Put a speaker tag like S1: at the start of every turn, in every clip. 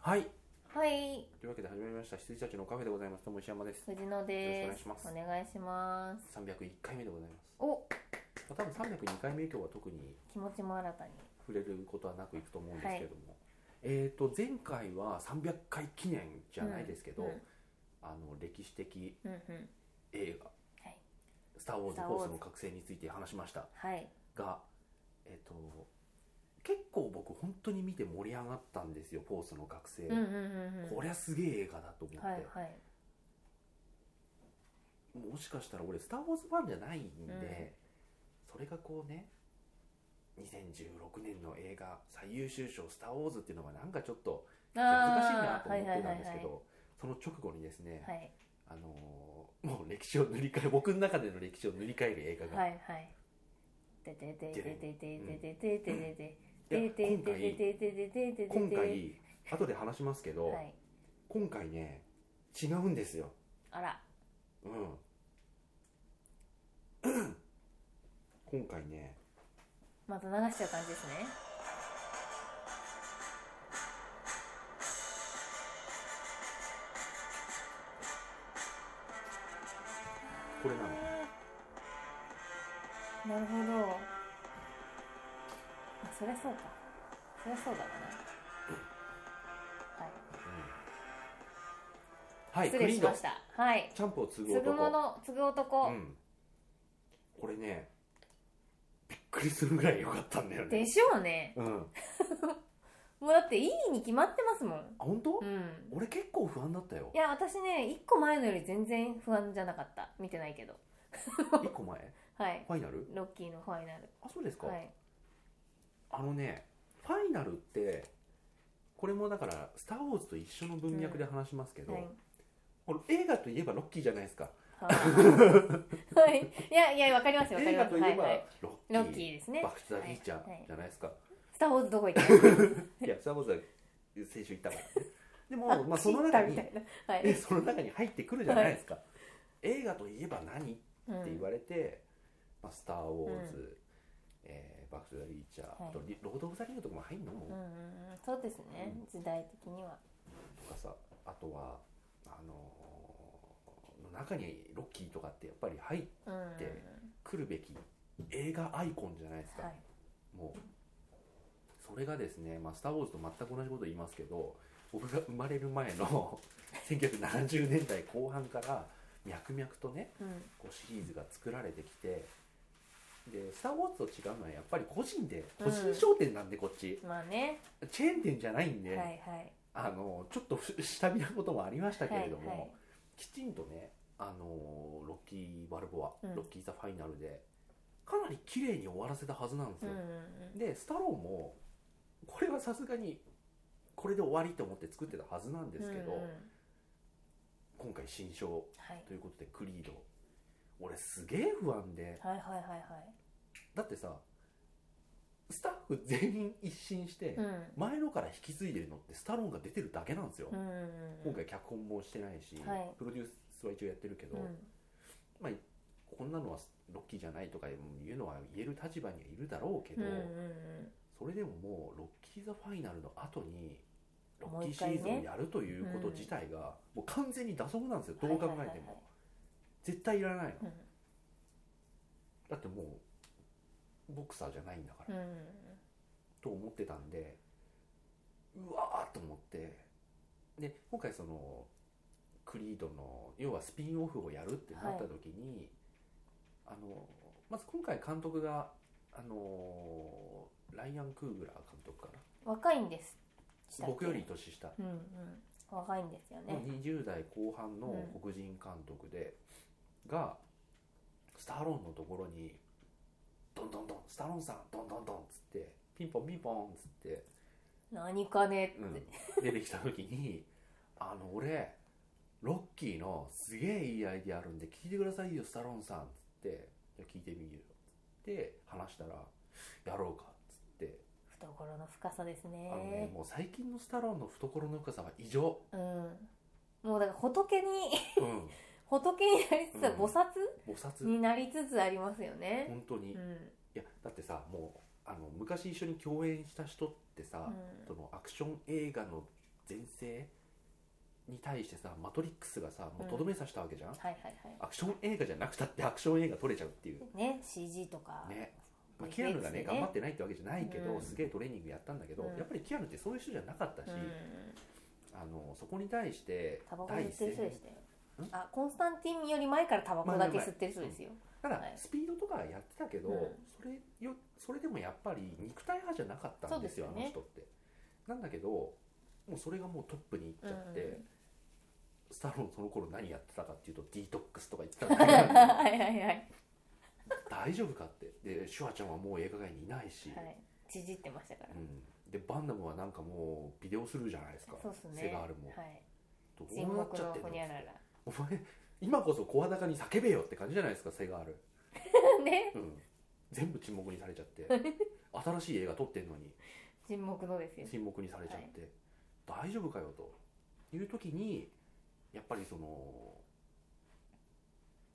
S1: はい。
S2: はい、
S1: というわけで始まりました。羊たちのカフェでございます。どうも石山です。
S2: 藤野です。
S1: よろしくお
S2: お願いします。
S1: 301回目でございま
S2: お、
S1: す。まあ、多分302回目以降は特に
S2: 気持ちも新たに。
S1: 触れることはなくいくと思うんですけれども、えっ、と前回は300回記念じゃないですけど、
S2: うんうん
S1: あの歴史的
S2: うんうん。
S1: 映画
S2: はい。
S1: 「スター・ウォーズ・
S2: スター
S1: フ
S2: ウォー
S1: ォ
S2: ズ
S1: ースの覚醒」について話しました
S2: はい。
S1: が、えっ、と結構僕本当に見て盛り上がったんですよ「フォースの覚醒」
S2: うんうんうんうん。
S1: こりゃすげえ映画だと思って、
S2: はいはい。
S1: もしかしたら俺「スター・ウォーズ」ファンじゃないんで、それがこうね2016年の映画最優秀賞「スター・ウォーズ」っていうのはなんかちょっと恥ずかしいなと思ってたんですけどその直後にですね、
S2: あー。はい
S1: あのーもう歴史を塗り替え僕の中での歴史を塗り替える映画が、
S2: はいはいはいはいはい。ででででででででででで。
S1: いや
S2: でで
S1: 今
S2: でで
S1: 回
S2: でででででで。
S1: 今回後で話しますけど、
S2: はい。
S1: 今回ね違うんですよ、
S2: あら。
S1: うん、 今回ね
S2: また流しちゃう感じですね。
S1: これなの
S2: なるほど。あそりゃそうか。そりゃそうだわな。はい。
S1: はい
S2: 失
S1: ク
S2: 礼
S1: リ
S2: し
S1: ード
S2: ました。はい。
S1: チャンプを継ぐ
S2: 継ぐ
S1: 男
S2: もの、継ぐ男、
S1: うん、これねびっくりするぐらい良かったんだよね
S2: でしょうね。
S1: うんあ
S2: もうだっていいに決まってますもん。
S1: 本当、
S2: うん。
S1: 俺結構不安だったよ
S2: いや、私ね、一個前のより全然不安じゃなかった。見てないけど。
S1: 1個前
S2: はい。
S1: ファイナル
S2: ロッキーのファイナル。
S1: あそうですか、
S2: はい。
S1: あのねファイナルってこれもだから「スター・ウォーズ」と一緒の文脈で話しますけど、
S2: はい。
S1: この映画といえばロッキーじゃないですか
S2: はいはい。いや、いや、わかりますよ。わか
S1: 映
S2: りま
S1: 画
S2: す。
S1: とい
S2: は
S1: え
S2: い、
S1: ば
S2: はい。
S1: ロ
S2: ロ
S1: ッ
S2: ッ
S1: キ
S2: キ
S1: ー
S2: ーですね
S1: バ。ク・トゥ・ザ・フューチャ
S2: はいは
S1: ー
S2: い
S1: じゃないですか、
S2: スターウォーズどこ行ったの
S1: いや「スター・ウォーズ」は青春行ったからねでも、まあ、その
S2: 行った
S1: 中
S2: み
S1: に
S2: たいな。はい。
S1: でその中に入ってくるじゃないですか、映画といえば何
S2: うん
S1: って言われて「まあ、スター・ウォーズ」えーバック・トゥ・ザ・フューチャー」
S2: はい
S1: あとリ「ロード・オブ・ザ・リング」とかも入んの、
S2: うんうんうん。そうですね。時代的には。
S1: とかさあとはあのーの中にロッキーとかってやっぱり入っ
S2: うんうんうん。
S1: で来るべき映画アイコンじゃないですか、
S2: はい。
S1: もうそれがですね「まあ、スター・ウォーズ」と全く同じこと言いますけど僕が生まれる前 の1970年代後半から脈々とね
S2: うん。
S1: こうシリーズが作られてきてで「スター・ウォーズ」と違うのはやっぱり個人で個人商店なんでこっち、
S2: まあね。
S1: チェーン店じゃないん
S2: は
S1: で、
S2: いはい。
S1: あのちょっとふ下火なこともありましたけれども、
S2: はいはい
S1: きちんとねあのロッキー・バルボア、
S2: うん
S1: ロッキー・ザ・ファイナルでかなり綺麗に終わらせたはずなんです
S2: うん
S1: よ
S2: うん、うん。
S1: でスタローもこれはさすがにこれで終わりと思って作ってたはずなんですけど、
S2: うんうん
S1: 今回新章
S2: はい、
S1: ということでクリード俺すげえ不安で
S2: はいはいはい
S1: だってさスタッフ全員一新して、
S2: はい
S1: 前のから引き継いでるのってスタローンが出てるだけなんですよ、
S2: うんうんうんうん
S1: 今回脚本もしてないし、
S2: はい
S1: プロデュースは一応やってるけど、
S2: うん
S1: まあこんなのはロッキーじゃないとかいうのは言える立場にはいるだろうけど、
S2: うんうん
S1: それでももうロッキー・ザ・ファイナルの後にロ
S2: も
S1: ッ
S2: う
S1: キー
S2: 一
S1: シ
S2: 回ね
S1: リーズをやるということ自体がもう完全に打足なんですよ
S2: うん
S1: どう考
S2: はい
S1: え
S2: はい
S1: て
S2: はいはい
S1: も絶対いらないの
S2: うん
S1: だってもうボクサーじゃないんだから
S2: うんうん
S1: と思ってたんでうわーと思ってで今回そのクリードの要はスピンオフをやるってなった時に、あのまず今回監督があのライアン・クーグラー監督か
S2: うん若いんですした
S1: な
S2: っ
S1: 僕
S2: け
S1: より年下
S2: うんうん若いんですよね
S1: 20代後半の黒人監督で、がスタローンのところに「ドンドンドンスタローンさんドンドンドン」っつって「ピンポンピンポン」っつって
S2: 何かねって
S1: うん、出てきた時に「あの俺ロッキーのすげえいいアイディアあるんで聞いてくださいよスタローンさん」っつって「じゃあ聞いてみるよ」って話したら「やろうか」っつって、
S2: 懐の深さです
S1: あのね
S2: ね
S1: もう最近のスタローンの懐の深さは異常、
S2: うんもうだから仏に
S1: うん、
S2: 仏になりつつ
S1: うん
S2: 菩薩
S1: 菩薩、
S2: になりつつありますよね
S1: 本当に、
S2: う
S1: い
S2: ん
S1: やだってさもうあの昔一緒に共演した人って
S2: う
S1: さ、
S2: ん
S1: そのアクション映画の前世に対してさ「マトリックス」がさもうとどめさしたわけじゃん、
S2: はいはいはい
S1: アクション映画じゃなくたってアクション映画撮れちゃうっていう、
S2: ね CG とか
S1: ねまあ、
S2: ね
S1: キアヌがね
S2: ね
S1: 頑張ってないってわけじゃないけど、
S2: うん
S1: すげえトレーニングやったんだけど、
S2: うん
S1: やっぱりキアヌってそういう人じゃなかったし、
S2: うん
S1: あのそこに対して
S2: タバコ吸ってる人でしたよ
S1: 第一
S2: あコンスタンティンより前からタバコだけ吸ってる人ですよ、
S1: ただ
S2: はい
S1: スピードとかやってたけど、
S2: うん
S1: それよそれでもやっぱり肉体派じゃなかったんですよ
S2: そう
S1: あ
S2: ですよね
S1: の人って。なんだけどもうそれがもうトップにいっちゃって、スタローンその頃何やってたかっていうとディトックスとか言ってたんだ
S2: うん
S1: けど
S2: はいはいはい
S1: 大丈夫かってでシュワちゃんはもう映画界にいないし、
S2: はい縮ってましたから、
S1: うん、でバンダムはなんかもうビデオするじゃないですか
S2: そうっすね
S1: セガールも、
S2: はい
S1: ど
S2: 沈
S1: うなっ
S2: 黙
S1: ちゃ
S2: の
S1: ってん
S2: ほ
S1: の
S2: にゃらら
S1: お前今こそ声高に叫べよって感じじゃないですかセガール、
S2: ね
S1: うん、全部沈黙にされちゃって 新しい映画撮ってんのに
S2: 沈黙のですよ
S1: 沈黙にされちゃって、大丈夫かよという時にやっぱりその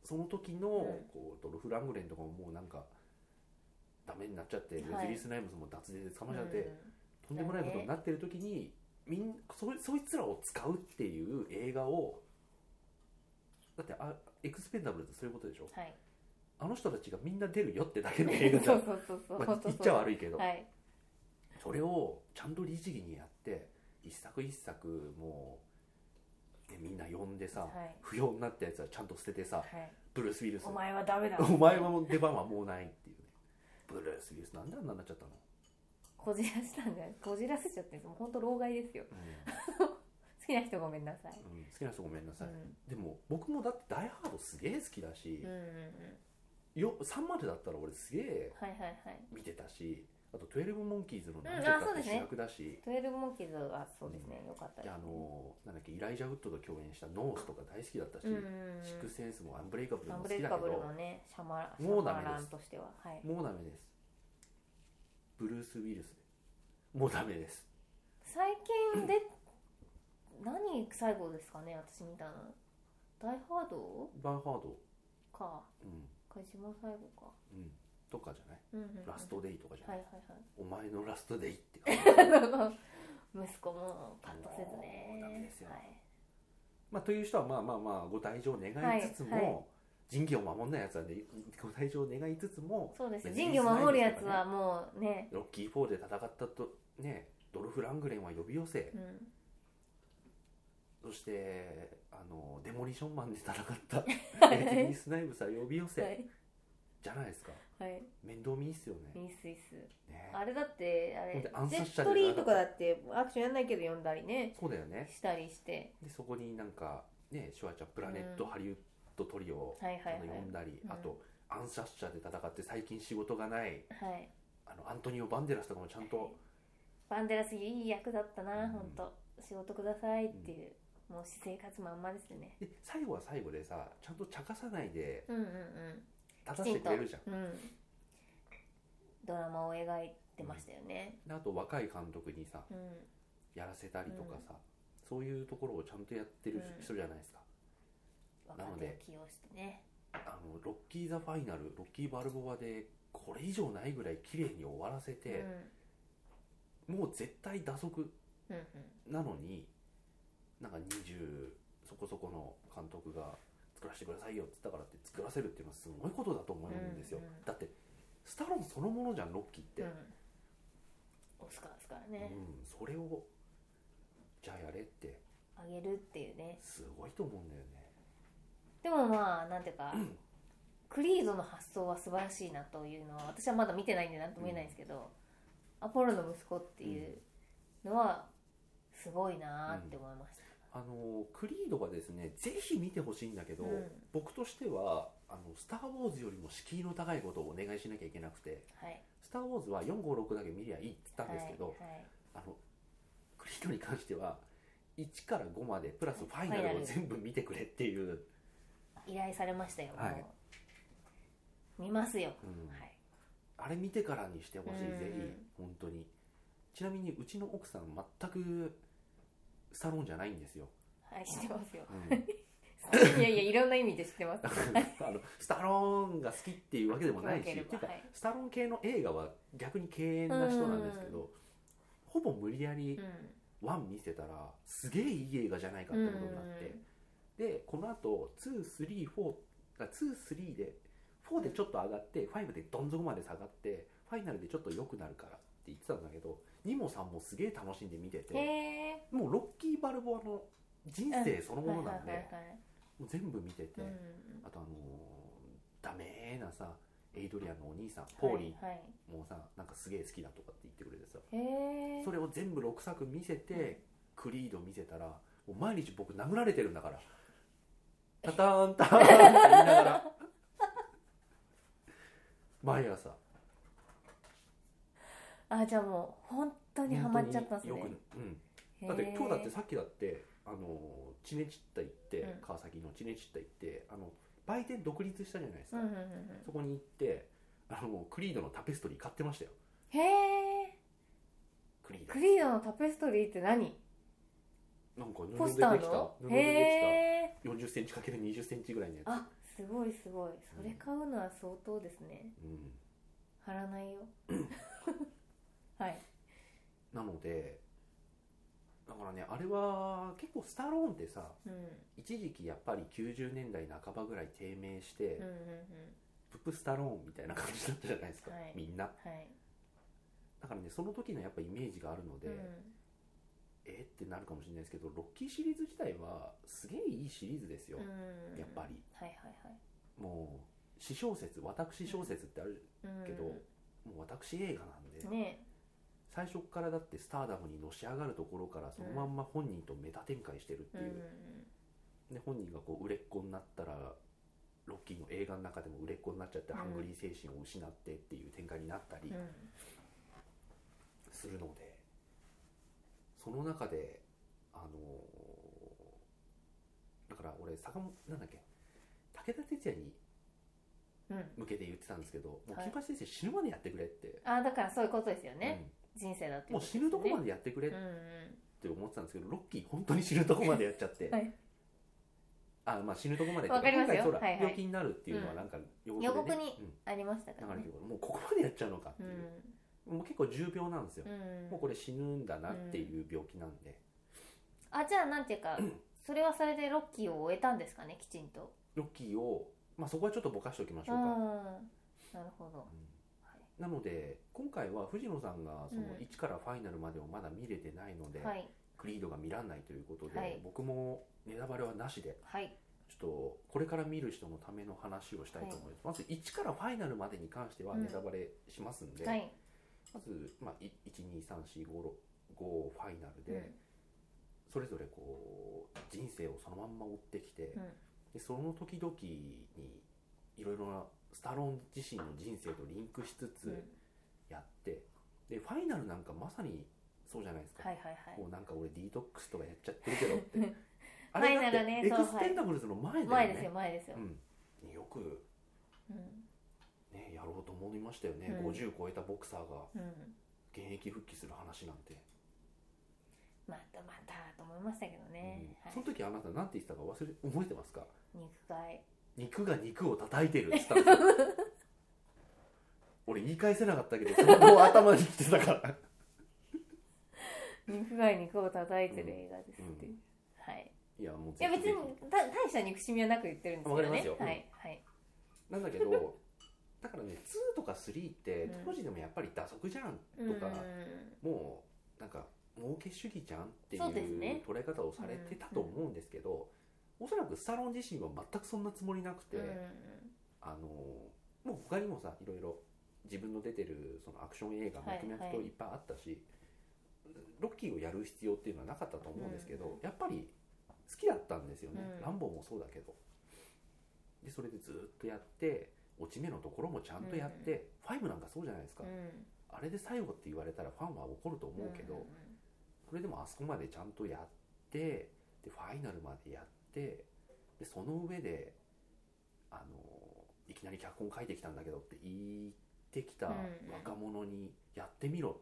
S1: その時の
S2: うん
S1: こうドルフ・ラングレンとかももうなんかダメになっちゃってレズ
S2: はい
S1: リー・スナイムズも脱税で捕まっちゃって、
S2: うん
S1: とんでもないことになってる時にみんそそいつらを使うっていう映画をだってあエクスペンダブルってそういうことでしょ
S2: はい
S1: あの人たちがみんな出るよってだけの 映画じ
S2: そ
S1: ゃ、
S2: うんそうそうそう、
S1: まあ
S2: 本当
S1: 言
S2: そう
S1: っちゃ悪いけど、
S2: はい
S1: それをちゃんと律儀にやって一作一作もう、ねみんな呼んでさ、
S2: はい
S1: 不要になったやつはちゃんと捨ててさ
S2: はい
S1: ブルース・ウィルス
S2: お前はダメだ
S1: お前はもう出番はもうないっていうねブルース・ウィルスなんであんなになっちゃったの、
S2: こじらせたんじゃないこじらせちゃってもう本当老害ですよ
S1: う
S2: 好きな人ごめんなさい、
S1: んうん好きな人ごめんな
S2: う
S1: さい、
S2: ん
S1: でも僕もだって「ダイ・ハード」すげえ好きだし
S2: うん、うんうん
S1: よ3までだったら俺すげえ
S2: はいはいはい
S1: 見てたしあと「12モンキーズ」の
S2: う
S1: 何
S2: ん
S1: て
S2: あそう
S1: って
S2: です
S1: 主
S2: ね
S1: 役だし、
S2: トゥエルブモンキーズはそうですね、良かったです
S1: であのーなんだっけイライジャ・ウッドと共演した「ノース」とか大好きだったし、
S2: うんうんうん
S1: シックス・センスも「アンブレイカブル」
S2: アン
S1: も好
S2: ブ
S1: き
S2: レイ
S1: だ
S2: カ
S1: け
S2: ブル
S1: ど
S2: のねシャマラシ
S1: も
S2: ャ
S1: うダメ
S2: マ
S1: です
S2: ランとしてははい
S1: もうダメですブルース・ウィルスもうダメです
S2: 最近で何最後ですかね私見たのダイハード
S1: バンハード、
S2: か
S1: うん
S2: か一番最後か
S1: うん、とかじゃない
S2: うんうんうん
S1: ラストデイとかじゃな
S2: はい
S1: い、
S2: はい
S1: お前のラストデイって感じ
S2: はい息子もパッとせずね
S1: もうダメですよ
S2: はい
S1: まあ、という人はまあまあまあご退場願いつつも、
S2: はいはい
S1: 仁義を守んないやつは、ね、ご退場願いつつも
S2: そうですよ
S1: 別に
S2: 人魚守るやつはもうね
S1: ロッキー4で戦ったとねドルフ・ラングレンは呼び寄せ
S2: うん
S1: そしてあのデモリションマンで戦った
S2: はい
S1: レズリー・スナイブスは呼び寄せ、
S2: はい
S1: じゃないですか
S2: はい
S1: 面倒見いいっすよね
S2: ミースイス
S1: ね
S2: あれだってあ
S1: ほ
S2: れ
S1: んで暗
S2: ジェ
S1: 殺者
S2: ッ
S1: で
S2: トリーとかだってアクションやんないけど呼んだりね
S1: そうだよね
S2: したりして
S1: でそこになんかねシュワちゃんプラネット、
S2: うん
S1: ハリウッドトリオを、
S2: はいはいはい
S1: あの呼んだり、
S2: うん
S1: あと暗殺者で戦って最近仕事がない
S2: はい
S1: あのアントニオ・バンデラスとかもちゃんと
S2: バンデラスいい役だったな、
S1: うん
S2: ほんと仕事くださいっていう、もう私生活まんまですね
S1: で最後は最後でさちゃんと茶化さないで
S2: うんうんうん
S1: 立たせてくれるじゃん
S2: うんドラマを描いてましたよね
S1: であと若い監督にさ
S2: うん、
S1: やらせたりとかさ、そういうところをちゃんとやってる人じゃないですか、
S2: 若手を起用してね
S1: あのロッキー・ザ・ファイナルロッキー・バルボアでこれ以上ないぐらい綺麗に終わらせ
S2: うん
S1: て、もう絶対打足
S2: うんうん
S1: なのになんか20そこそこの監督が作らせてくださいよって言ったからって作らせるっていうのはすごいことだと思うんですよ、
S2: うんうん
S1: だってスタローンそのものじゃんロッキーって、
S2: うんオスカーですから
S1: うん、
S2: ね、
S1: それをじゃあやれって
S2: あげるっていうね
S1: すごいと思うんだよね
S2: でもまあなんていうか、クリードの発想は素晴らしいなというのは私はまだ見てないんで何とも言えないんですけど、アポロの息子っていうのはすごいなーって思いまし
S1: あのクリードはですねぜひ見てほしいんだけ
S2: た、
S1: ど、
S2: うん
S1: 僕としてはあの「スター・ウォーズ」よりも敷居の高いことをお願いしなきゃいけなくて
S2: はい
S1: 「スター・ウォーズ」は456だけ見りゃいいって言ったんですけど、
S2: はいはい
S1: あのクリードに関しては1から5までプラスファイナルを全部見てくれっていう、
S2: 依頼されましたよ、
S1: はい
S2: もう見ますよ、
S1: うん
S2: はい
S1: あれ見てからにしてほしい、
S2: うん
S1: ぜひ本当にちなみにうちの奥さん全くスタローンじゃないんですよ、
S2: はい知ってますよ
S1: うん
S2: いやいやいろんな意味で知ってます
S1: あのスタローンが好きっていうわけでもないし
S2: よければ
S1: ていうか
S2: はい
S1: スタローン系の映画は逆に敬遠な人なんですけど、ほぼ無理やり
S2: うん
S1: ワン見てたらすげえいい映画じゃないかってことになって、でこのあと234が23で4でちょっと上がって5でどん底まで下がってファイナルでちょっと良くなるからって言ってたんだけど2も3もすげえ楽しんで見て
S2: へ
S1: て
S2: え
S1: もうロッキー・バルボアの人生その
S2: はい
S1: も
S2: は
S1: の
S2: い
S1: な
S2: はい
S1: んで
S2: はい
S1: もう全部見てて、
S2: うん
S1: あとあのーダメーなさエイドリアンのお兄さんポーリ
S2: はいはい
S1: ーもさなんかすげえ好きだとかって言ってくれてさ
S2: へえ
S1: それを全部6作見せてクリード見せたらもう毎日僕殴られてるんだ からタターンターンって言いながら 毎朝
S2: あじゃあもう本当にハマっちゃったんですね
S1: 本当によくうん、だって今日だってさっきだってあのチネチッタ行って、
S2: うん
S1: 川崎のチネチッタ行ってあの売店独立したじゃないです
S2: う
S1: か、
S2: んうんうんうん
S1: そこに行ってあのクリードのタペストリー買ってましたよ
S2: へえ
S1: クリード
S2: クリードのタペストリーって何
S1: なんか
S2: ポ
S1: 布
S2: ス
S1: で
S2: タ
S1: で
S2: ー
S1: きた
S2: の
S1: 布で
S2: へ
S1: で
S2: え
S1: きた4 0センチ× 2 0センチぐらいのやつ
S2: あすごいすごいそれ買うのは相当ですね
S1: うん
S2: 貼らない よはい
S1: なのでだからねあれは結構スタローンってさ
S2: うんうん
S1: 一時期やっぱり90年代半ばぐらい低迷して、
S2: うんうん
S1: ププスタローンみたいな感じだったじゃないですか、
S2: はい
S1: みんな
S2: はい
S1: だからねその時のやっぱイメージがあるので、
S2: うん
S1: えってなるかもしれないですけどロッキーシリーズ自体はすげえいいシリーズですよ、
S2: うん
S1: やっぱり
S2: はいはい
S1: もう私小説私小説ってある、
S2: はいうん
S1: けどもう私映画なんで、
S2: ね
S1: 最初っからだってスターダムにのし上がるところからそのまんま本人とメタ展開してるって
S2: う
S1: い
S2: ん
S1: う、
S2: うん
S1: で本人がこう売れっ子になったらロッキーの映画の中でも売れっ子になっちゃって、
S2: うん
S1: ハングリー精神を失ってっていう展開になったり
S2: うんうん
S1: するので、その中であのーだから俺坂本なんだっけ武田鉄矢に
S2: うん
S1: 向けて言ってたんですけどもう
S2: はい
S1: 金八先生死ぬまでやってくれって、
S2: あだからそういうことですよね人生だって
S1: うんもう死ぬとこまでやってくれっ
S2: うんうん
S1: って思ってたんですけどロッキー本当に死ぬとこまでやっちゃって、
S2: はい
S1: あまあ死ぬとこまでって
S2: わかります
S1: 今回
S2: よ
S1: そうだ、
S2: はいはい
S1: 病気になるっていうのはなんか予告,、
S2: 予告に
S1: うん
S2: ありましたか
S1: 流
S2: ら
S1: れ
S2: ね
S1: てるからもうここまでやっちゃうのかって
S2: う
S1: い
S2: ん
S1: う、もう結構重病なんですよ、
S2: うん
S1: もうこれ死ぬんだなっていう病気なんで、
S2: あじゃあなんていうかそれはそれでロッキーを終えたんですかねきちんと
S1: ロッキーを、まあ、そこはちょっとぼかしておきまし
S2: う
S1: ょ
S2: ん
S1: うか、
S2: なるほど
S1: なので今回は藤野さんがその
S2: うん
S1: 1からファイナルまでをまだ見れてないので、
S2: はい
S1: クリードが見らんないということで、
S2: はい
S1: 僕もネタバレはなしで
S2: はい
S1: ちょっとこれから見る人のための話をしたいと思います、まず1からファイナルまでに関しては
S2: うん
S1: ネタバレしますんで、
S2: はい
S1: まず、まあ、1 2 3 4 5 6 5ファイナルで、それぞれこう人生をそのまんま追ってきて、
S2: うん
S1: でその時々にいろいろなスタローン自身の人生とリンクしつ
S2: うん
S1: つやって、でファイナルなんかまさにそうじゃないですか、
S2: はいはいはい
S1: こうなんか俺ディートックスとかやっちゃってるけどって あ
S2: ファ
S1: れ
S2: イ
S1: だ
S2: ナ
S1: って
S2: ルね
S1: エ
S2: そ
S1: ク
S2: う
S1: ステンダブルズの前だよね
S2: 前ですよ前ですよ
S1: うん、よく、
S2: うん
S1: ね、やろうと思いましたよね、
S2: うん
S1: 50超えたボクサーが
S2: うん
S1: 現役復帰する話なんて、
S2: またまたと思いましたけどね
S1: うん
S2: はい
S1: その時あなた何て言ってたか忘れ覚えてますか
S2: 肉塊
S1: 肉が肉を叩いてるって言ったんですよ 俺言い返せなかったけどその後頭に来てたから
S2: 肉が肉を叩いてる映画ですっていううはい
S1: いやもう
S2: いや別にた大した憎しみはなく言ってるんですけど
S1: わかり
S2: ね
S1: ますようん
S2: はいはい
S1: なんだけどだからね2とか3って
S2: うん
S1: 当時でもやっぱり打足じゃん、
S2: うん
S1: とかもうなんか儲け主義じゃんっていう
S2: そうですね
S1: 捉え方をされてたと思うんですけど、おそらくスタローン自身は全くそんなつもりなくて、
S2: うん
S1: あのもう他にもさいろいろ自分の出てるそのアクション映画
S2: はい
S1: 脈々といっぱいあったし、ロッキーをやる必要っていうのはなかったと思うんですけど、
S2: うん
S1: やっぱり好きだったんですよね、
S2: うん
S1: ランボーもそうだけどでそれでずっとやって落ち目のところもちゃんとやって、ファイブなんかそうじゃないですか、
S2: うん
S1: あれで最後って言われたらファンは怒ると思うけど、
S2: ん
S1: それでもあそこまでちゃんとやってでファイナルまでやってでその上であのいきなり脚本書いてきたんだけどって言ってきた
S2: うん
S1: 若者にやってみろ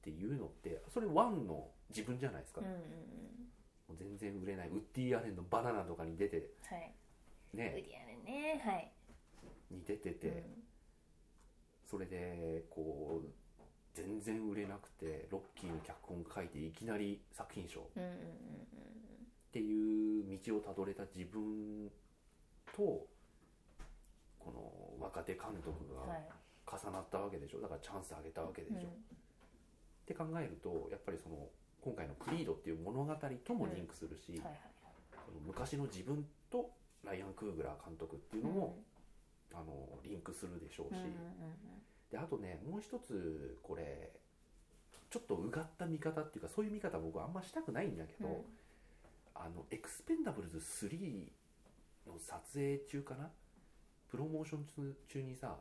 S1: っていうのってそれワンの自分じゃないですか、
S2: うんうんうん
S1: もう全然売れないウッディ・アレンの「バナナ」とかに出て
S2: はいウ
S1: ね
S2: ディアレンねはい
S1: 似ててて、
S2: うん
S1: それでこう全全然売れなくてロッキーの脚本書いていきなり作品賞っ
S2: うんうんうん
S1: ていう道をたどれた自分とこの若手監督
S2: うんは
S1: が
S2: い
S1: 重なったわけでしょだからチャンスあげたわけでしょ、
S2: うん
S1: って考えるとやっぱりその今回の「クリード」っていう物語ともリンクするし、
S2: はいはい
S1: その昔の自分とライアン・クーグラー監督っていうのも、あのリンクするでしょう
S2: うん
S1: し、
S2: うんうん
S1: であとねもう一つこれちょっとうがった見方っていうかそういう見方僕あんましたくないんだけ
S2: うん
S1: ど、あのエクスペンダブルズ3の撮影中かなプロモーション中中にさ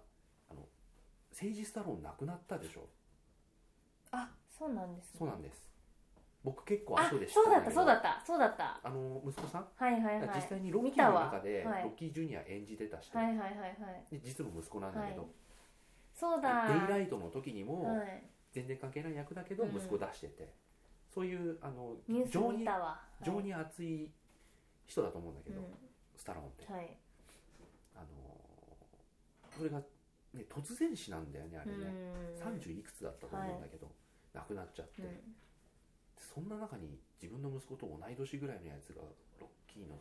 S1: あの政治スタローン亡くなったでしょ
S2: あそうなんですね
S1: そうなんです僕結構
S2: あ
S1: 後で知
S2: そう
S1: ん
S2: だった
S1: けど
S2: そうだったそうだった
S1: あの息子さん
S2: はいはいはい
S1: 実際にロッ
S2: 見
S1: キー
S2: た
S1: の
S2: わ
S1: 中で
S2: はい
S1: ロッキージュニア演じてた人、
S2: はいはいはい
S1: で実の息子なんだけど、
S2: そうだ
S1: でデイライトの時にも
S2: はい
S1: 全然関係ない役だけど
S2: うん
S1: 息子出してて、そういうあの
S2: ニュース
S1: 情
S2: 見
S1: に
S2: たわ
S1: 情に熱い人だと思うんだけ
S2: はい
S1: ど、
S2: う
S1: スタローンって、
S2: んはい
S1: あのそれが、ね、突然死なんだよねあれね、
S2: うん
S1: 30いくつだったと思うんだけど、亡くなっちゃって、
S2: うん
S1: そんな中に自分の息子と同い年ぐらいのやつがロッキーの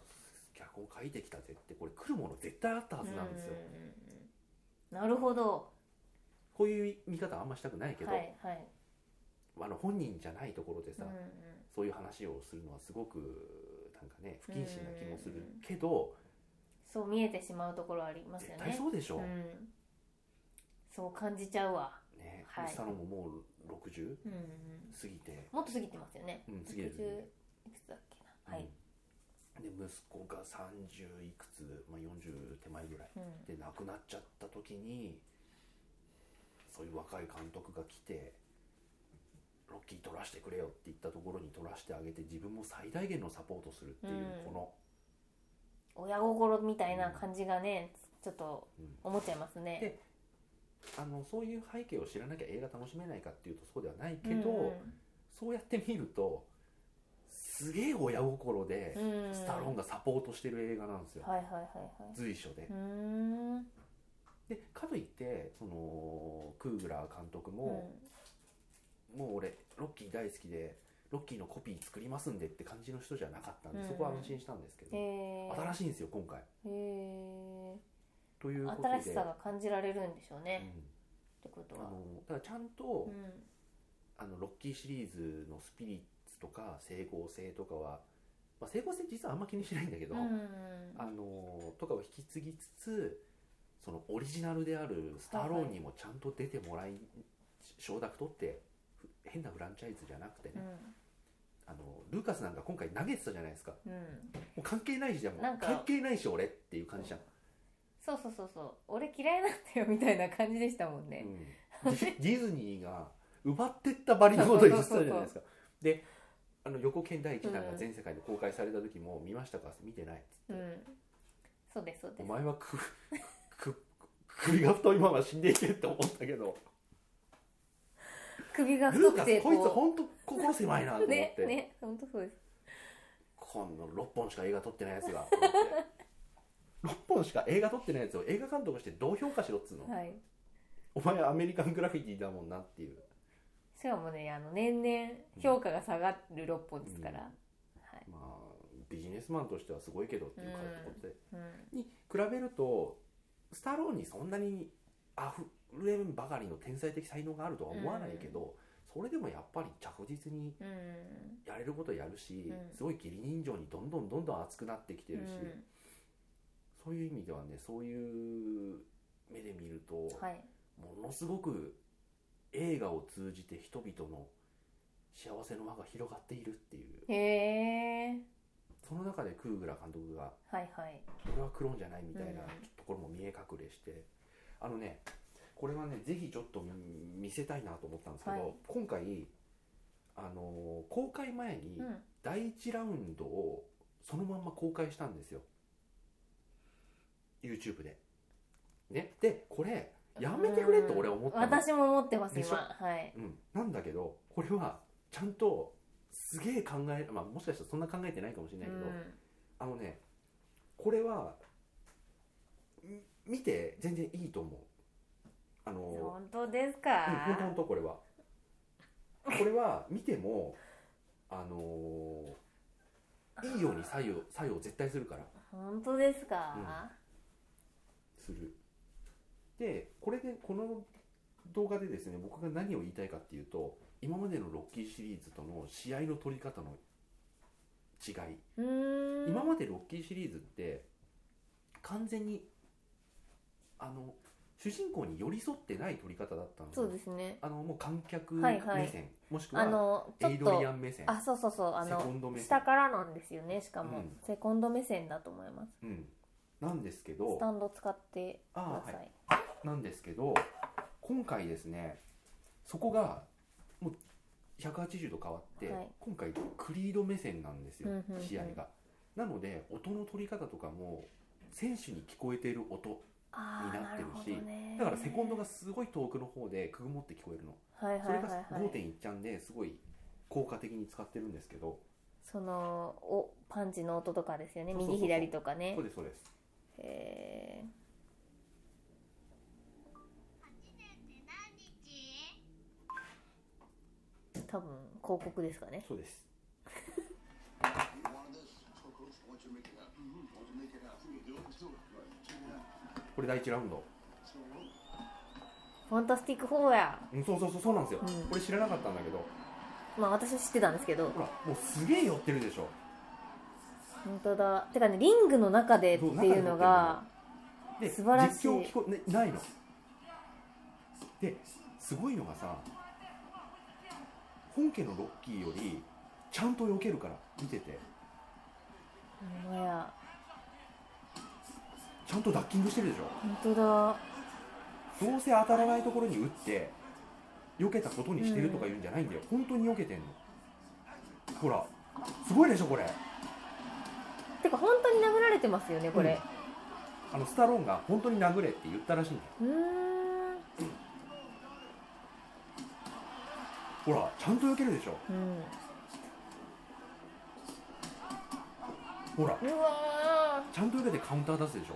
S1: 脚本書いてきたぜってこれ来るもの絶対あったはずなんですよ、
S2: うんうんうんなるほど
S1: こういう見方あんましたくないけど、
S2: はいはい
S1: あの本人じゃないところで
S2: う
S1: さ、
S2: んうん
S1: そういう話をするのはすごくなんかね不謹慎な気もする
S2: うん
S1: けど、
S2: そう見えてしまうところありますよ
S1: 絶
S2: ね
S1: 対そうでしょ、
S2: うんそう感じちゃうわ
S1: ね
S2: はい
S1: スタローンももう60
S2: うんうん
S1: 過ぎて、
S2: もっと過ぎてますよね
S1: うん、過ぎてる
S2: 60
S1: よね
S2: いくつだっけなはい
S1: うんで息子が30いくつ、まあ、40手前ぐらい
S2: うん
S1: で亡くなっちゃった時にそういう若い監督が来て「ロッキー撮らせてくれよ」って言ったところに撮らせてあげて自分も最大限のサポートするっていう
S2: うん
S1: この、
S2: 親心みたいな感じがね、ちょっと
S1: うん
S2: 思っちゃいますね。
S1: であのそういう背景を知らなきゃ映画楽しめないかっていうとそうではないけど、そうやって見るとすげえ親心で
S2: うんうん、
S1: スタローンがサポートしてる映画なんですよ、
S2: はいはいはいはい。
S1: 随所で
S2: うー。ん。うん
S1: でかといってそのクーグラー監督も、もう俺ロッキー大好きでロッキーのコピー作りますんでって感じの人じゃなかったんで、
S2: うん
S1: そこは安心したんですけど、
S2: えー
S1: 新しいんですよ今回。
S2: え
S1: ということ
S2: ー
S1: で
S2: 新しさが感じられるんでしょう
S1: う
S2: ね。
S1: ん
S2: ってこと
S1: あ
S2: は。
S1: のだからちゃんと、
S2: うん
S1: あのロッキーシリーズのスピリッツとか整合性とかは、まあ、整合性実はあんま気にしないんだけど、
S2: うん
S1: あのとかを引き継ぎつつそのオリジナルであるスターローンにもちゃんと出てもらい、承諾取ってふ変なフランチャイズじゃなくてね、あのルーカスなんか今回投げてたじゃないですか
S2: うんうん
S1: もう関係ないしじゃんもう
S2: なんか
S1: 関係ないし俺っていう感じじゃん、
S2: そうそうそうそう俺嫌いなんだよみたいな感じでしたもんね、
S1: うんディディズニーが奪ってったばりのことにしてたじゃないですかであの横剣第一弾が全世界で公開された時も見ましたか見てないっつ
S2: う
S1: っ
S2: ん
S1: て、
S2: そうですそうで
S1: お
S2: す
S1: 前はくく首が太いまま死んでいけって思ったけど
S2: 首が
S1: ル
S2: 太
S1: ー
S2: く
S1: カ
S2: て
S1: スこいつ
S2: こ
S1: 本当心狭いなと思
S2: う
S1: って、
S2: ねね本当そうです
S1: こんな6本しか映画撮ってない やつがと思って6本しか映画撮ってないやつを映画監督としてどう評価しろっつうの、
S2: はい
S1: お前はアメリカングラフィティだもんなっていう
S2: しかもねあの年々評価が下がる6本ですから、はい
S1: まあビジネスマンとしてはすごいけどっていう感じで、
S2: うん
S1: に比べるとスタローンにそんなにあふれんばかりの天才的才能があるとは思わないけど、それでもやっぱり着実に
S2: うん
S1: やれることやるし、
S2: うん
S1: すごい義理人情にどんどんどんどん熱くなってきてるし、そういう意味ではねそういう目で見ると、
S2: うんはい
S1: ものすごく映画を通じて人々の幸せの輪が広がっているっていう
S2: へえ
S1: その中でクーグラ監督が
S2: はいはい
S1: これはクローンじゃないみたいな
S2: うん
S1: ところも見え隠れして、あのねこれはねぜひちょっと見見せたいなと思ったんですけど、
S2: はい
S1: 今回あのー公開前に
S2: うん
S1: 第1ラウンドをそのまんま公開したんですよ YouTube で。ね、でこれやめてくれって俺は思ったの
S2: 私も思ってます
S1: でしょ
S2: 今はい
S1: うん、なんだけどこれはちゃんとすげえ考え、まあ、もしかしたらそんな考えてないかもしれ
S2: う
S1: ないけど、
S2: ん
S1: あのねこれはん見て全然いいと思うあの
S2: 本当です
S1: うん本当
S2: か
S1: 本当これはこれは見てもあのーいいように作用作用絶対するから
S2: 本当ですか、
S1: するでこれでこの動画でですね僕が何を言いたいかっていうと今までのロッキーシリーズとの試合の取り方の違い、
S2: うーん
S1: 今までロッキーシリーズって完全にあの主人公に寄り添ってない取り方だったの
S2: そうですね
S1: あのもう観客目線、
S2: はいはい
S1: もしく
S2: あ
S1: は
S2: のちょ
S1: エイ
S2: っ
S1: ドリア
S2: と
S1: ン目線
S2: あそうそうそうあ
S1: セコ
S2: の
S1: ンド目線
S2: 下、からなんですよねしかも、
S1: うん
S2: セコンド目線だと思います
S1: うん、なんですけ
S2: ス
S1: ど
S2: タンド使って
S1: あ
S2: く
S1: ー、
S2: ださ、
S1: はいい、なんですけど今回ですねそこがもう180度変わって、
S2: はい
S1: 今回クリード目線なんですよ、
S2: うんうんうん
S1: 試合が。なので音の取り方とかも選手に聞こえている音
S2: ああ
S1: になってるし
S2: なほどね
S1: だからセコンドがすごい遠くの方でくぐもって聞こえるの
S2: はいはい
S1: そ
S2: は
S1: れ
S2: い
S1: が
S2: はい
S1: 5.1ちゃんですごい効果的に使ってるんですけど
S2: そのおパンチの音とかですよね
S1: そうそうそう
S2: 右左とかね
S1: そうですそうです
S2: へえ多分広告ですかね
S1: そうです
S3: You wanted this? Coco? Why don't you make it up? Mm-hmm. Why don't you make it up? You do it. Let's do it. Right. Check it out.
S1: これ第1ラウンド
S3: So what?
S2: ファンタスティック4や
S1: うんそうそうそうそうなんですよ、
S2: うん
S1: これ知らなかったんだけど
S2: まあ私は知ってたんですけど
S1: ほらもうすげえ寄ってるでしょ
S2: 本当だてかねリングの中でっていうのが
S1: で
S2: 素晴らしい
S1: 実況聞こ、ね、ないのですごいのがさ本家のロッキーよりちゃんと避けるから見てて
S2: ほんまや
S1: ちゃんとダッキングしてるでしょ
S2: 本当だ
S1: どうせ当たらないところに打って避けたことにしてるとか言うんじゃないんだよ、本当に避けてんのほらすごいでしょこれ
S2: てか本当に殴られてますよねこれ
S1: あのスタローンが本当に殴れって言ったらしいんだよ
S2: うーん
S1: ほらちゃんと避けるでしょ
S2: うん
S1: ほら
S2: うわ
S1: ちゃんと避けてカウンター出すでしょ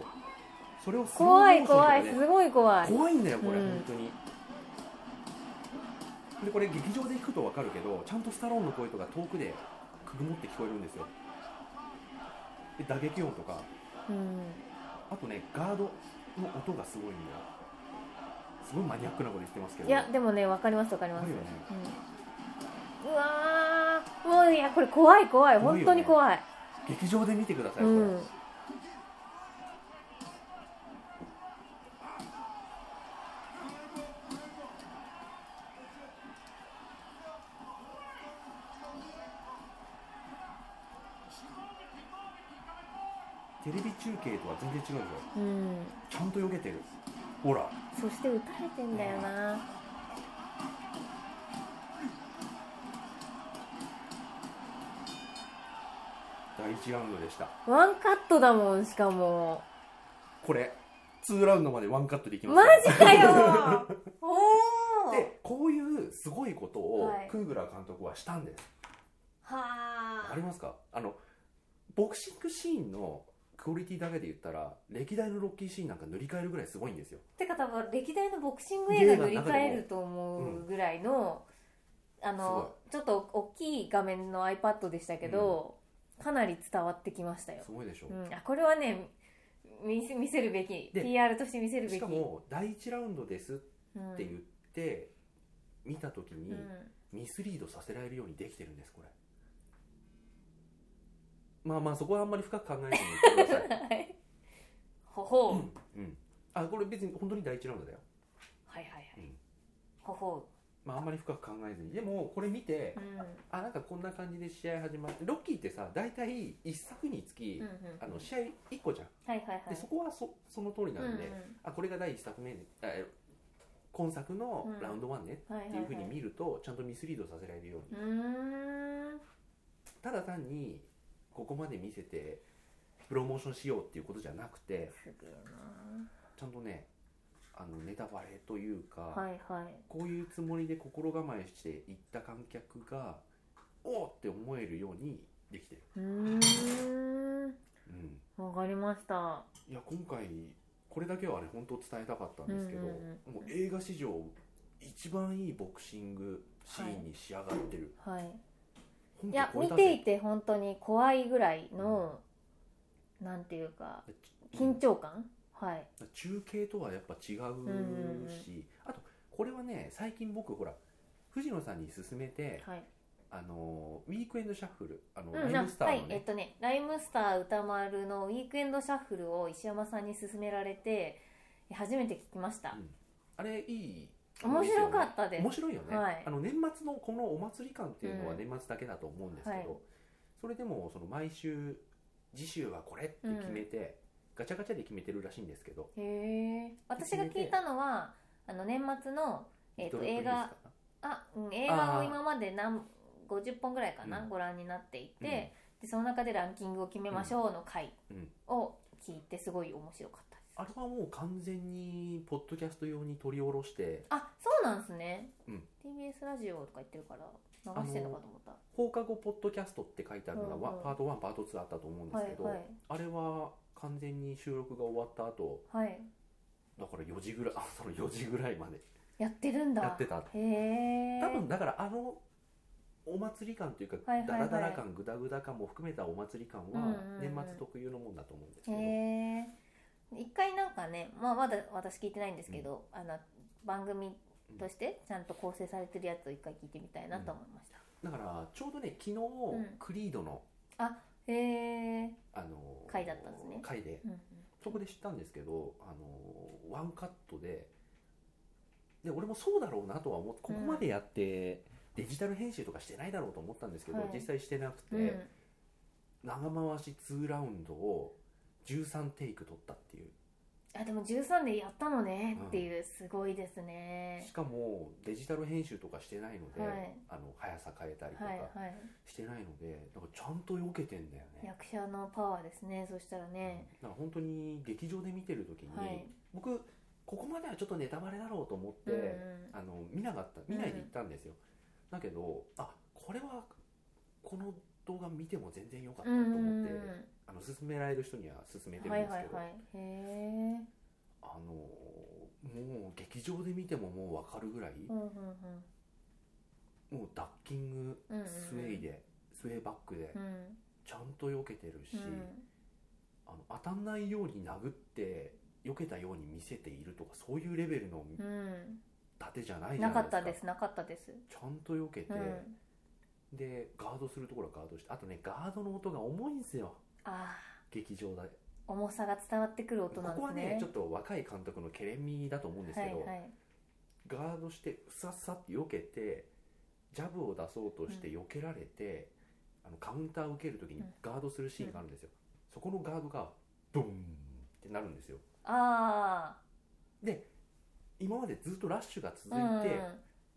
S1: それを
S2: ー怖い
S1: スローモ
S2: 怖
S1: ー
S2: い
S1: ションとかです
S2: ごい怖い
S1: 怖いんだよこれ、
S2: うん
S1: 本当にでこれ劇場で聞くと分かるけどちゃんとスタローンの声とか遠くでくぐもって聞こえるんですよで打撃音とか
S2: うん
S1: あとねガードの音がすごいんだよすごいマニアックなこと言ってますけど
S2: いやでもねわかりますわかり
S1: あ
S2: ます
S1: るよね
S2: うんうわーもういやこれ怖い怖い
S1: 怖いよ
S2: 本
S1: ね
S2: 当に怖い
S1: 劇場で見てくださいこれ、
S2: うん
S1: テレビ中継とは全然違うんですよ
S2: うん
S1: ちゃんと避けてるほら
S2: そして打たれてんだよな
S1: 第1ラウンドでした
S2: ワンカットだもんしかも
S1: これ2ラウンドまでワンカットでいきます
S2: マジ かよおお
S1: でこういうすごいことを
S2: はい
S1: クーグラー監督はしたんです、わ
S2: は
S1: かりますかあのボクシングシーンのクオリティだけで言ったら歴代のロッキーシーンなんか塗り替えるぐらいすごいんですよ
S2: あてか多分歴代のボクシング映画塗り替えると思うぐらいの、あのちょっと大きい画面の iPad でしたけど、かなり伝わってきましたよ
S1: すごいでしょ、
S2: うん、あこれはね見せ見せるべき
S1: で
S2: PR として見せるべき
S1: しかも第1ラウンドですっ
S2: うん
S1: て言って、見た時に
S2: うん
S1: ミスリードさせられるようにできてるんですこれまあまあそこはあんまり深く考えずに言ってくだ さい
S2: はいほほう、
S1: うんあこれ別に本当に第1ラウンドだよ
S2: はいはい
S1: う
S2: はい、
S1: ん
S2: ほほ
S1: まああんまり深く考えずにでもこれ見て
S2: う、うん
S1: あなんかこんな感じで試合始まってロッキーってさ大体1作につき、
S2: うんうん
S1: あの試合1個じゃん、
S2: はいはいはい
S1: でそこはそその通りなんで、
S2: うん
S1: あこれが第1作目ねあえ今作のラウンド1ね、
S2: うんはい
S1: っていうふうに見るとちゃんとミスリードさせられるように
S2: うーん
S1: ただ単にここまで見せてプロモーションしようっていうことじゃなくて
S2: すげえ
S1: ちゃんとねあのネタバレというか、
S2: なはいはい
S1: こういうつもりで心構えしていった観客がおーって思えるようにできてる、
S2: うーん
S1: うん、
S2: わかりました
S1: いや今回これだけはね本当伝えたかったんですけど、
S2: うんうんうん
S1: もう映画史上一番いいボクシングシーンに仕上がってる、
S2: はい
S1: 本
S2: い
S1: 家
S2: や
S1: 超え
S2: 見
S1: た
S2: て
S1: ぜ
S2: いて本当に怖いぐらいの、なんていうか緊張感、はい
S1: 中継とはやっぱ違うし、
S2: んうん
S1: あとこれはね最近僕ほら藤野さんに勧めて、
S2: はい、
S1: あのウィークエンドシャッフルあの、
S2: うん
S1: ライムスターの
S2: はいえっ
S1: ね、
S2: とね「ライムスター歌丸」の「ウィークエンドシャッフル」を石山さんに勧められて初めて聞きました、
S1: あれいい
S2: 面白かったです
S1: 面白いよね、
S2: はい
S1: あの年末のこのお祭り感っていうのは
S2: うん
S1: 年末だけだと思うんですけど、
S2: はい
S1: それでもその毎週次週はこれって決めて、ガチャガチャで決めてるらしいんですけど
S2: へえ私が聞いたのはあの年末の、えっ
S1: リト
S2: と
S1: ル
S2: 映
S1: プリンスか
S2: 画
S1: な
S2: あ、うん、映画
S1: あ
S2: を
S1: ー
S2: 今まで何50本ぐらいかな、
S1: うん
S2: ご覧になっていて、でその中でランキングを決めましょうの回
S1: うん
S2: を聞いてすごい面白かったです、
S1: あれはもう完全にポッドキャスト用に取り下ろして
S2: あそうなんですね、
S1: うん
S2: TBS ラジオとか言ってるから流してんのかと思った
S1: 放課後ポッドキャストって書いてあるのが、
S2: うんう
S1: わ
S2: ん
S1: パート1パート2あったと思うんですけど、
S2: はい
S1: あれは完全に収録が終わった後
S2: はいはい
S1: だから4時ぐらい 朝の4時ぐらいまで
S2: やってるんだ
S1: やってた
S2: へえ
S1: 多分だからあのお祭り感というか
S2: はいはい
S1: ダ
S2: はい
S1: ラダラ感グダグダ感も含めたお祭り感
S2: うん
S1: は
S2: うんうん
S1: 年末特有のもんだと思うんですけど、
S2: へえ一回なんかね、まあ、まだ私聞いてないんですけど、あの番組としてちゃんと構成されてるやつを一回聞いてみたいなと思いました、
S1: だからちょうどね昨日、
S2: ん
S1: クリードの
S2: へえ、
S1: あのー
S2: 回だったんですね
S1: 回で
S2: うんうん、
S1: そこで知ったんですけどあのーワンカットでで俺もそうだろうなとは思ってここまでやって、デジタル編集とかしてないだろうと思ったんですけど、
S2: はい
S1: 実際してなくて、
S2: うん
S1: 長回し2ラウンドを13テイク取ったっていう
S2: あでも13でやったのね
S1: うん
S2: っていうすごいですね
S1: し、かもデジタル編集とかしてないので、
S2: はい
S1: あの速さ変えたりとか
S2: はいはい
S1: してないので、なんかちゃんと避けてんだよね。
S2: 役者のパワーですねそしたらね、
S1: なんか本当に劇場で見てる時に、
S2: はい
S1: 僕ここまではちょっとネタバレだろうと思って、
S2: うんうん
S1: あの見なかった見ないで行ったんですよ、だけどあこれはこの動画見ても全然良かった
S2: う
S1: と思
S2: ん
S1: って、
S2: うん
S1: あの勧められる人には勧めてる
S2: うんは
S1: ん
S2: い
S1: ですけど、
S2: はいはいへえ
S1: あのもう劇場で見てももう分かるぐらい、
S2: うんうん
S1: もうダッキング
S2: うんうんうん
S1: スウェイで、スウェイバックで
S2: うん
S1: ちゃんと避けてるし、
S2: うん
S1: あの当たんないように殴って避けたように見せているとかそういうレベルの
S2: うん
S1: 盾じゃないじゃ
S2: な
S1: な
S2: か
S1: いですか
S2: ったですなかったです
S1: ちゃんと避けて、
S2: うん
S1: でガードするところはガードしてあとねガードの音が重いんですよ
S2: あ
S1: 劇場だ、
S2: ー重さが伝わってくる
S1: こ
S2: 音なん
S1: こ
S2: で
S1: は
S2: す
S1: ね
S2: ね
S1: ちょっと若い監督のけれみだと思うんですけど、
S2: はいはい
S1: ガードしてふさっさって避けてジャブを出そうとして避けられて、あのカウンターを受けるときに
S2: うん
S1: ガードするシーンがあるんですよ、そこのガードがドーンってなるんですよ
S2: あ
S1: 今までずっとラッシュが続い
S2: あうん
S1: て、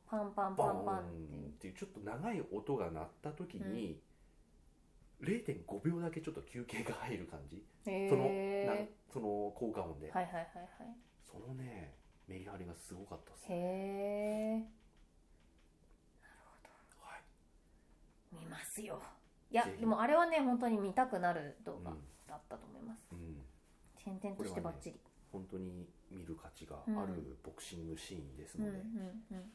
S2: パンパン
S1: バ
S2: パ
S1: ー
S2: ン
S1: ン
S2: パン
S1: っ
S2: ってい
S1: ていう
S2: う
S1: ちょっと長い音が鳴った時に、0.5秒だけちょっと休憩が入る感じ
S2: へ
S1: その
S2: え
S1: なその効果音で、
S2: はいはいはいはい
S1: そのねメリハリがすごかったです、
S2: へえ
S1: はい
S2: 見ますよいや
S1: ぜひ
S2: でもあれはね本当に見たくなる動画
S1: うん
S2: だったと思います、
S1: うん、
S2: 点々としてバッチリ、
S1: 本当に見る価値が
S2: うん
S1: あるボクシングシーンです
S2: う
S1: の
S2: ん
S1: で、
S2: うんうん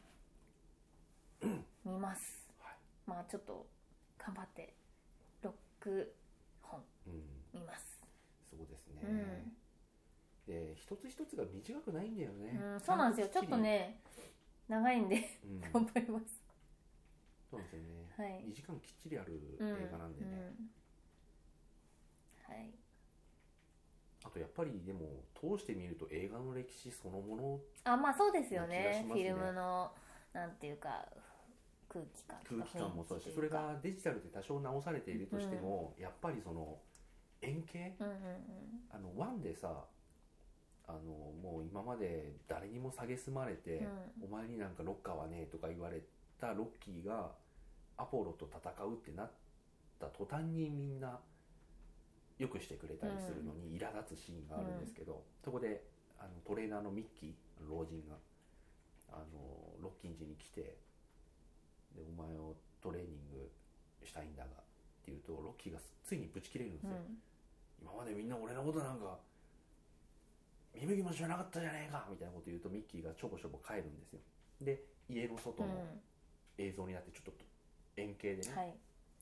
S2: 見ます
S1: はい
S2: まあちょっと頑張って6本
S1: うん、
S2: 見ます、
S1: そうですね、
S2: うん
S1: で一つ一つが短くないんだよね、
S2: うん、そうなんですよちょっとね長いんで
S1: うん、
S2: 頑張ります
S1: そうなんですよね、
S2: はい
S1: 2時間きっちりある
S2: うん
S1: 映画なんでね、
S2: うんはい
S1: あとやっぱりでも通して見ると映画の歴史そのもの
S2: あまあそうですよ
S1: 気がし
S2: ね
S1: ま
S2: フ
S1: すね
S2: ィルムのなんていうか空気感と
S1: 空
S2: か
S1: 気感もそうだ
S2: 雰
S1: し
S2: 囲気
S1: そ
S2: と
S1: れ
S2: いうか
S1: がデジタルで多少直されているとしても、やっぱりその円形
S2: うんうん
S1: あの1でさあのもう今まで誰にも蔑まれて、
S2: う
S1: お前になんかロッカーはねえとか言われたロッキーがアポロと戦うってなった途端にみんなよくしてくれたりするのに苛立つシーンがあるんですけど、そこであのトレーナーのミッキー老人があのロッキン家に来てでお前をトレーニングしたいんだがっていうとロッキーがついにぶち切れるんです
S2: んう
S1: よ、
S2: ん
S1: 今までみんな俺のことなんか見向きも知らなかったじゃねえかみたいなこと言うとミッキーがちょこちょこ帰るんですよで家の
S2: う
S1: 外
S2: ん
S1: の映像になってちょっと円形でね、
S2: はい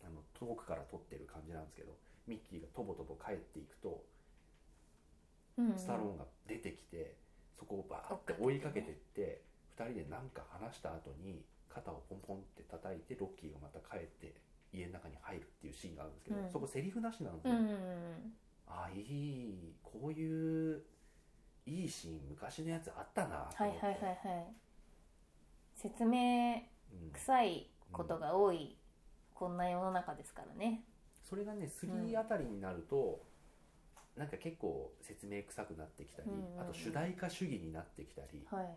S1: あの遠くから撮ってる感じなんですけどミッキーがとぼとぼ帰っていくと
S2: うんうん
S1: スタローンが出てきてそこをバーって追いかけてって2人で何か話した後に肩をポンポンって叩いてロッキーがまた帰って家の中に入るっていうシーンがあるんですけど、
S2: うん
S1: そこセリフなしなんです
S2: うん
S1: よ、
S2: うんうん
S1: あいいこういういいシーン昔のやつあったなと
S2: はい
S1: 思
S2: は
S1: っ
S2: い
S1: て、
S2: はいはい説明
S1: うん、
S2: 臭いことが多いこんな世の中ですからね
S1: それがね
S2: うん
S1: 3あたりになると、なんか結構説明臭くなってきたり、
S2: うんうん
S1: あと主題歌主義になってきたり
S2: はい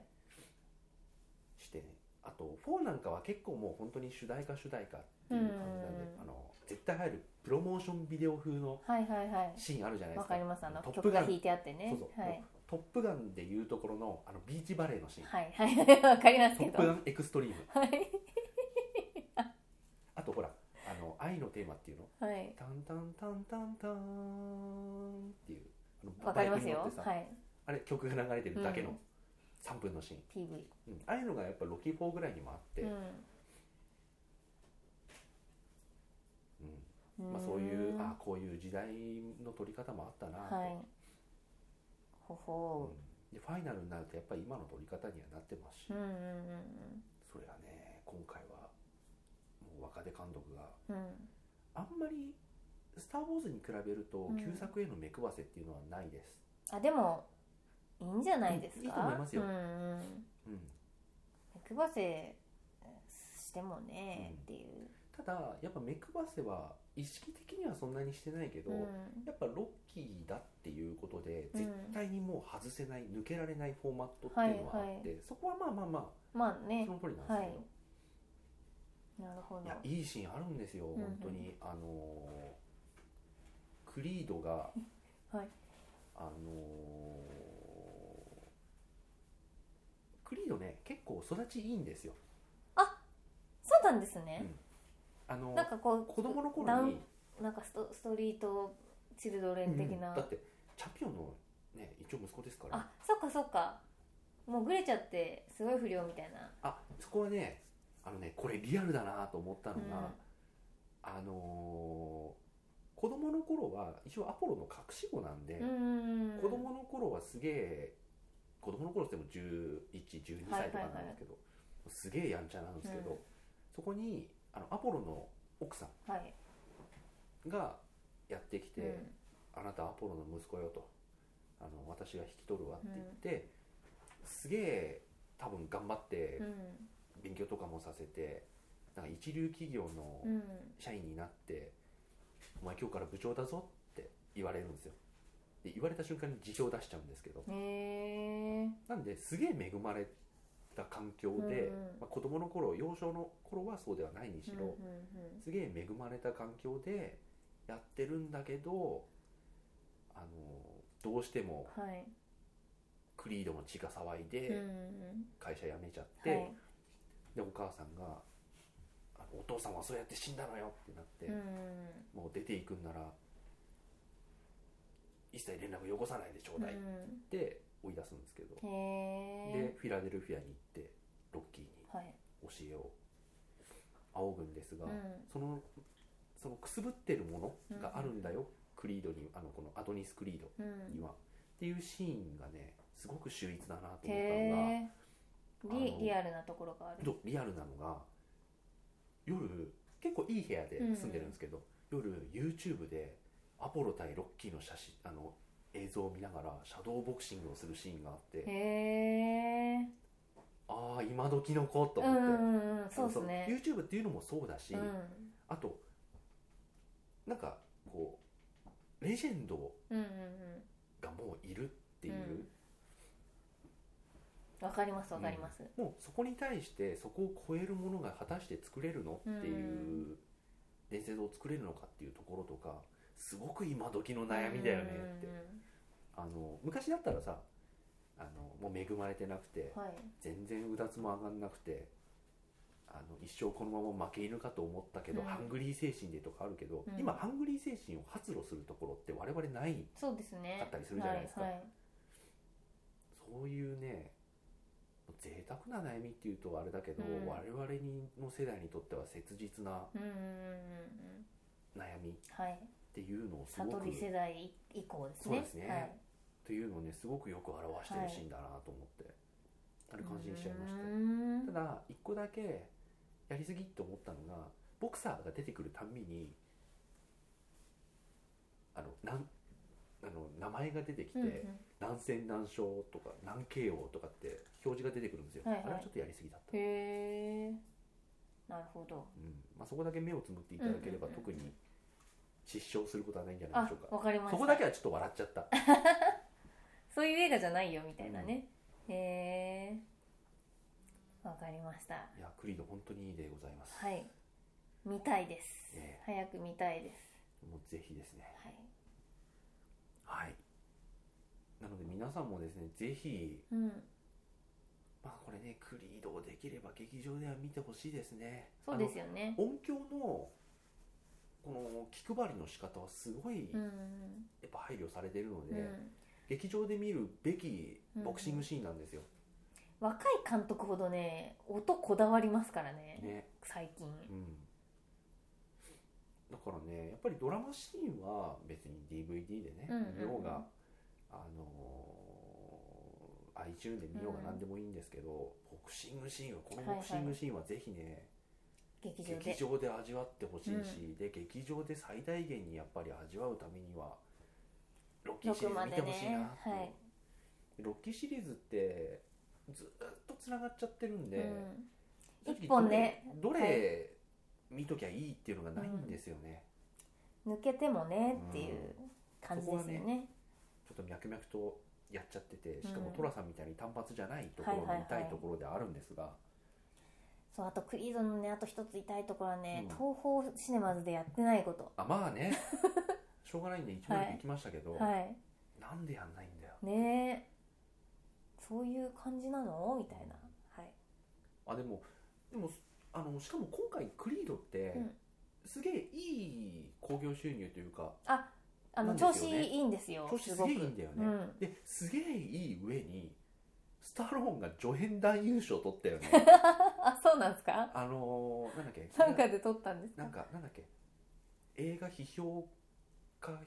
S1: してねあと4なんかは結構もう本当に主題歌主題歌っていう感じなんで、
S2: うん
S1: あの絶対入るプロモーションビデオ風の
S2: はいはいはい
S1: シーンあるじゃないで
S2: わ
S1: すか
S2: かりますあの
S1: トップ
S2: 曲
S1: ガ
S2: が
S1: ン
S2: 弾いてあってね
S1: そうそう、
S2: はい
S1: トップガンでいうところのあのビーチバレーのシーン、
S2: はいはい わかります
S1: ト
S2: け
S1: ッ
S2: ど
S1: プガンエクストリーム
S2: はい
S1: あとほらあの愛のテーマっていうの
S2: はい
S1: タンタンタンタンターンっていうあの
S2: わかり
S1: バ
S2: ま
S1: イク
S2: す
S1: に乗っ
S2: よ
S1: てさ、
S2: はい
S1: あれ曲が流れてるだけ
S2: う
S1: の
S2: ん
S1: 3分のシーン、
S2: PV
S1: うんああいうのがやっぱロキ4ぐらいにもあって、うん
S2: うん
S1: まあ、そういう
S2: ーん
S1: あこういう時代の撮り方もあったなと、
S2: はいほ
S1: うん
S2: ほ
S1: でファイナルになるとやっぱり今の撮り方にはなってますし、
S2: ううんうんうん
S1: それはね今回はもう若手監督が
S2: うんうん
S1: あんまり「スター・ウォーズ」に比べると
S2: うん
S1: 旧作への目配せっていうのはないです、
S2: あでもいいんじゃないですか
S1: いいと思いますよ
S2: うんうん
S1: うん
S2: 目配せしてもね、
S1: うん
S2: っていう
S1: ただやっぱ目配せは意識的にはそんなにしてないけど、
S2: うん
S1: やっぱロッキーだっていうことで
S2: うん
S1: 絶対にもう外せない、抜けられないフォーマットっていうのはあって、
S2: はいは
S1: そこはまあまあま
S2: まあ
S1: あ
S2: ね
S1: その通りなんです
S2: は
S1: け
S2: い
S1: ど、
S2: なるほど
S1: い、やいいシーンあるんですよ、
S2: んうん
S1: 本当にあのークリードが
S2: はい
S1: あのークリードね結構育ちいいんですよ
S2: そうなんですね、
S1: あのー
S2: なんかこう
S1: 子供の
S2: ダ
S1: 頃
S2: ウ
S1: に
S2: ン、なんかストストリートチルドレン的な、
S1: だってチャピオンのね一応息子ですから
S2: あそっかそっかもうグレちゃってすごい不良みたいな
S1: あそこはねあのねこれリアルだなと思ったのが、
S2: うん
S1: あのー子供の頃は一応アポロの隠し子なんで、
S2: うん
S1: 子供の頃はすげえ子供の頃っても1112歳とかなんですけど、すげえやんちゃなんですけど、
S2: うん
S1: そこにあのアポロの奥さ
S2: はい
S1: んがやってきて「
S2: うん
S1: あなたアポロの息子よ」と「あの私が引き取るわ」って言って、すげえ多分頑張って
S2: うん
S1: 勉強とかもさせてなんか一流企業の
S2: うん
S1: 社員になって「お前今日から部長だぞ」って言われるんですよで言われた瞬間に辞表出しちゃうんですけど
S2: へえ
S1: なんですげえ恵まれた環境で、
S2: うんうん
S1: まあ、子供の頃幼少の頃はそうではないにし
S2: うんう
S1: ろ、
S2: んうん
S1: すげえ恵まれた環境でやってるんだけどあのどうしても
S2: はい
S1: クリードの血が騒い
S2: うんう
S1: で
S2: ん
S1: 会社辞めちゃって、
S2: はい
S1: でお母さんがあの「お父さんはそうやって死んだのよ」ってなって、
S2: うんうん
S1: もう出ていくんなら一切連絡よこさないでちょうだいっ
S2: う
S1: て追い出すんですけど、
S2: んへ
S1: で
S2: え
S1: フィラデルフィアに行ってロッキーに
S2: はい
S1: 教えを仰ぐんですが、
S2: うん
S1: そのそのくすぶってるものがあるんだよ、クリードにあのこのアドニス・クリード
S2: う
S1: に
S2: ん
S1: は、っていうシーンがねすごく秀逸だなと思ったのが。
S2: へえリ
S1: あの
S2: リアルなところがある
S1: そうリアルなのが夜結構いい部屋で住んでるんですけど、夜 YouTube でアポロ対ロッキーの写真あの映像を見ながらシャドーボクシングをするシーンがあって
S2: へえ
S1: ああ今時の子と
S2: う
S1: 思って、
S2: んうんうんそうですね
S1: YouTube っていうのもそうだし、
S2: うん
S1: あとなんかこうレジェンド
S2: うんうんうん
S1: がもういるっていう、
S2: うんわかりますわかります、
S1: もうそこに対してそこを超えるものが果たして作れるのっていう伝説を作れるのかっていうところとかすごく今時の悩みだよねって
S2: うんうん
S1: あの昔だったらさあのもう恵まれてなくて
S2: うんはい
S1: 全然うだつも上がんなくてあの一生このまま負け犬かと思ったけど、
S2: うん
S1: ハングリー精神でとかあるけど、
S2: うん
S1: 今ハングリー精神を発露するところって我々ない
S2: そうですね
S1: だったりするじゃないですか
S2: はいはい
S1: そういうね贅沢な悩みっていうとあれだけど、
S2: うん
S1: 我々にの世代にとっては切実な
S2: うんうんうんうん
S1: 悩みっ
S2: はい
S1: ていうのをすご
S2: 悟
S1: く
S2: り世代以降ですね
S1: そうですね
S2: はい、
S1: っていうのをねすごくよく表してるシーンだなと思って、あれ感心しちゃいまし
S2: う
S1: た
S2: ん
S1: ただ一個だけやりすぎって思ったのがボクサーが出てくるたんびにあのなんあの名前が出てきて、
S2: うんうん
S1: 何戦何勝とか何 KO とかって表示が出てくるんですよ、
S2: はいはい
S1: あれはちょっとやりすぎだった、
S2: へえなるほど
S1: うんまあ、そこだけ目をつむっていただければ、
S2: うんうんうん
S1: 特に失笑することはないんじゃない
S2: あ
S1: でしょうか
S2: わかりまし
S1: そ
S2: た
S1: こだけはちょっと笑っちゃった
S2: そういう映画じゃないよみたいなね、へえわかりました
S1: いやクリード本当にいいでございます、
S2: はい見たいです、
S1: ええ
S2: 早く見たいです
S1: もうぜひですね
S2: はい
S1: はいなので皆さんもですねぜひ
S2: うん
S1: まあこれねクリードをできれば劇場では見てほしいですね
S2: そうですよね
S1: あの音響のこの気配りの仕方はすごい
S2: うん
S1: やっぱ配慮されてるので、
S2: うんうん
S1: 劇場で見るべきボクシングシーンなんですよ、
S2: 若い監督ほどね音こだわりますからね
S1: ね、
S2: 最近
S1: うん、だからねやっぱりドラマシーンは別に DVD でね、
S2: うんうんうん
S1: 見ようが、あのー iTune で見ようが何でもいいんですけど、ボクシングシーンはこのボクシングシーンはぜひね、
S2: 劇場で
S1: 劇場で味わってほしいし、で劇場で最大限にやっぱり味わうためにはロッキーシリーズ見てほしいな、
S2: 録までねはい
S1: ロッキーシリーズってずっとつながっちゃってるんで、
S2: うん
S1: 正直
S2: 一本ね
S1: どれど
S2: は
S1: れ見ときゃいいっていうのがないんですよね、
S2: うん、抜けてもねっていう感じです
S1: そこ
S2: よ
S1: は
S2: ね
S1: ちょっと脈々とやっちゃっててしか
S2: う
S1: も
S2: ん
S1: 寅さんみたいに単発じゃないところを
S2: はいはいはい
S1: 見たいところではあるんですが、
S2: そうあとクリードのねあと一つ痛いところはね、
S1: うん
S2: 東宝シネマズでやってないこと
S1: あまあ ねしょうがないんで一応行きましたけど、
S2: はい
S1: なんでやんないんだよ
S2: ねえそういう感じなのみたいなはい
S1: あでもでもあのしかも今回クリードって、
S2: うん
S1: すげえいい興行収入というか
S2: ああ
S1: な
S2: の、
S1: ん
S2: 調
S1: です
S2: 子
S1: よ
S2: い
S1: ね
S2: いんですよ
S1: 調子す
S2: すご
S1: げ
S2: く
S1: えいいんだよ
S2: う
S1: ね、
S2: ん
S1: ですげえいい上にスタローンが助演男優賞取った よね
S2: あそうなんですか
S1: あのー、なんだっけ
S2: なんかで撮ったんですか
S1: なんかなんだっけ映画批評家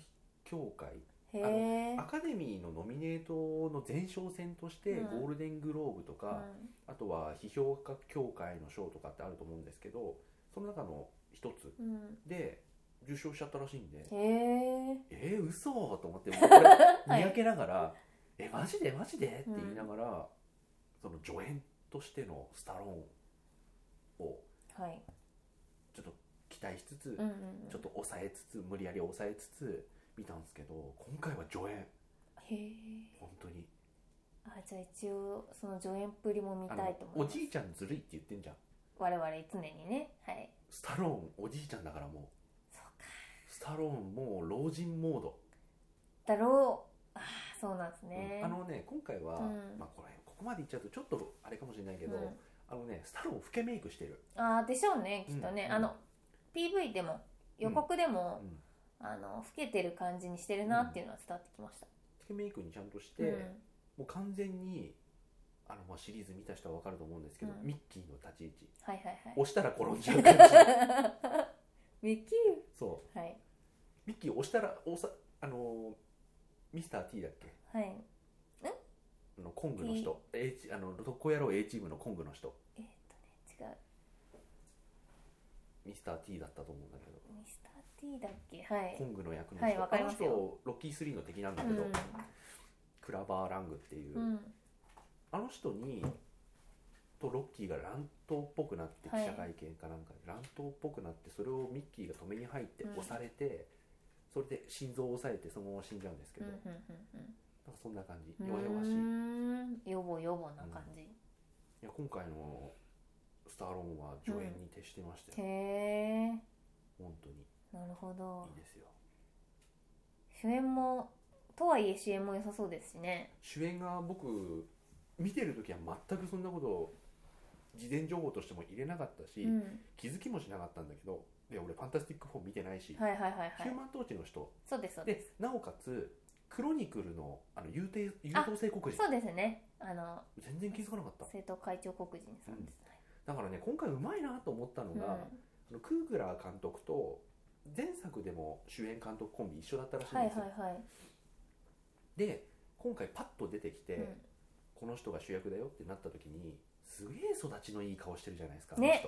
S1: 協会
S2: へえ
S1: アカデミーのノミネートの前哨戦として
S2: うん
S1: ゴールデングローブと
S2: う
S1: か、あとは批評家協会の賞とかってあると思うんですけどその中の一つ
S2: ん
S1: で受賞しちゃったらしいんで
S2: うんへえ
S1: えー、嘘と思って僕これ
S2: はい
S1: にやけながら「えマジでマジで?」って言いながら、その助演としてのスタローンを
S2: はい
S1: ちょっと期待しつつ、
S2: うんうんうん
S1: ちょっと抑えつつ無理やり抑えつつ見たんですけど今回は助演
S2: へえ
S1: 本当に
S2: あじゃあ一応その助演っぷりも見
S1: あ
S2: た
S1: の
S2: いと思い
S1: お
S2: ます
S1: じいちゃんずるいって言ってんじゃん
S2: 我々常にねはい
S1: スタローンおじいちゃんだからも
S2: そうか
S1: うスタローンもう老人モード、
S2: だろうあーそうなんですね、
S1: うんあのね今回は、
S2: うん
S1: まあこれここまで言っちゃうとちょっとあれかもしれないけど、
S2: うん
S1: あのねスタローン老けメイクしてる
S2: あーでしょうねきっとね、
S1: うん
S2: あの PV でも予告でも、あの老けてる感じにしてるなっていうのは伝わってきました、
S1: つけメイクにちゃんとし
S2: う
S1: て、
S2: ん
S1: もう完全にあの、まあ、シリーズ見た人は分かると思うんですけど、
S2: うん
S1: ミッキーの立ち位置
S2: はいはい
S1: 押したら転んじゃう感じ
S2: はいミッキ
S1: そう
S2: ーはい
S1: ミッキー押したら押さあのーミスター T だっけ
S2: はい
S1: あのコングの人、A チあの特攻野郎 A チームのコングの人
S2: えーっ、とね違う
S1: ミスター T だったと思うんだけど
S2: ミスター T だっけはい
S1: コングの役の人、
S2: はいわかりますよ
S1: あの人ロッキー3の敵なんだけど、クラバー・ラングっていう、
S2: うん、うん、
S1: あの人にとロッキーが乱闘っぽくなって記
S2: はい
S1: 者会見かなんかで乱闘っぽくなってそれをミッキーが止めに入って
S2: うん
S1: 押されて、それで心臓を押さえてそのまま死んじゃうんですけ
S2: うん
S1: ど、
S2: うん
S1: なんかそんな感じ
S2: うんうん
S1: 弱々しい、
S2: う
S1: い
S2: ーんよぼよぼな感じ、
S1: や今回のスターローンは助演に徹してましたよ、
S2: へえ
S1: 本当にい
S2: なるほど
S1: いですよ
S2: 主演もとはいえ主演も良さそうですしね
S1: 主演が僕見てる時は全くそんなことを事前情報としても入れなかったし、
S2: うん
S1: 気づきもしなかったんだけどで俺「ファンタスティック4」見てないし、
S2: はいはいはい
S1: ヒ
S2: は
S1: ュー
S2: い
S1: マントーチの人
S2: そうですそうです
S1: でなおかつクロニクルのあの優等優等生黒人
S2: そうですねあの
S1: 全然気づかなかった
S2: 政党会長黒人さんです、
S1: だからね今回うまいなと思ったの
S2: うん
S1: が、あのクーグラー監督と前作でも主演監督コンビ一緒だったらしいん
S2: はい
S1: です
S2: は
S1: よ、
S2: いはい、
S1: で今回パッと出てきて、
S2: うん
S1: この人が主役だよってなった時にすげえ育ちのいい顔してるじゃないですか
S2: ね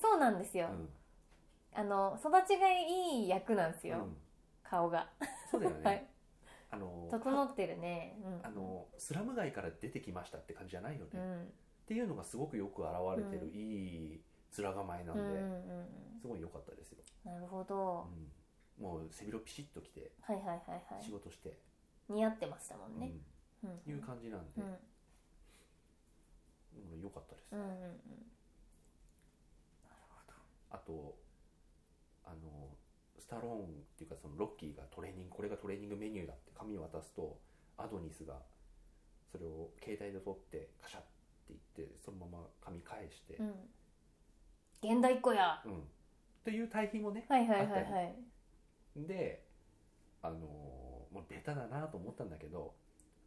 S2: そうなんです
S1: あ
S2: よ
S1: の人、うん
S2: あの育ちがいい役なんですよ、
S1: うん
S2: 顔が
S1: そうだよね、
S2: はい
S1: あの
S2: 整ってるね、うん、
S1: あのスラム街から出てきましたって感じじゃないよね、
S2: う
S1: っ
S2: ん
S1: ていうのがすごくよく表れてる、
S2: うん
S1: いい面構えなん
S2: う
S1: で、
S2: んうんうん
S1: すごい良かったですよ、
S2: うんなるほ
S1: う
S2: ど、
S1: んもう背広ピシッと来て
S2: はいはいはいは
S1: 仕
S2: い
S1: 事して、
S2: 似合ってましたもんね、うん
S1: うんいう感じなん
S2: う
S1: で
S2: ん、
S1: うん良かったです、
S2: うんうんうん
S1: あとあのスタローンっていうかそのロッキーがトレーニングこれがトレーニングメニューだって紙を渡すとアドニスがそれを携帯で取ってカシャっていってそのまま紙返して、
S2: うん現代っ子や
S1: うんという対比もね
S2: はいはいは
S1: あ
S2: い
S1: っ
S2: はい
S1: であのーもうベタだなと思ったんだけど、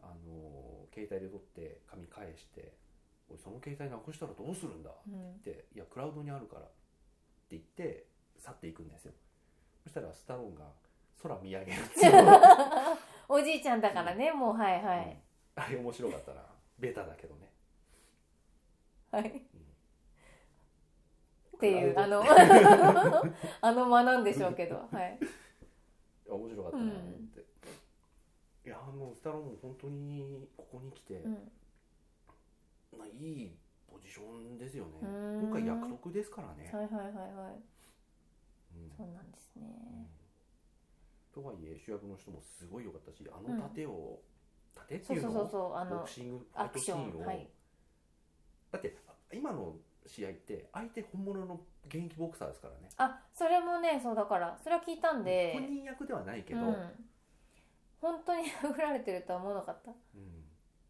S1: あのー携帯で取って紙返して「おいその携帯なくしたらどうするんだ?」
S2: うん
S1: って「いやクラウドにあるから」って言って去っていくんですよそしたらスタローンが空見上げる っていう
S2: おじいちゃんだからね、もうはいは
S1: うん
S2: い、
S1: あれ面白かったなベタだけどね
S2: はいっていうあ のあの間なんでしょうけどはい
S1: 面白かったなと思って、いやもうスタローンも本当にここに来て、
S2: うん
S1: まあ、いいポジションですよね
S2: うーん
S1: 今回約束ですからね、
S2: はいはいはいはい
S1: うん
S2: そうなんですね
S1: とはいえ主役の人もすごい良かったしあの盾を、盾って
S2: そ
S1: いうう
S2: そ
S1: の
S2: うそうそうあ
S1: ボ
S2: の
S1: クシングファ
S2: ア
S1: イト
S2: ク
S1: シ
S2: シ
S1: ー
S2: ョ
S1: ンを
S2: ンはい
S1: だって今の試合って相手本物の現役ボクサーですからね
S2: あそれもねそうだからそれは聞いたんで
S1: 本人役ではないけど、
S2: うん、本当に殴られてるとは思わなかった
S1: う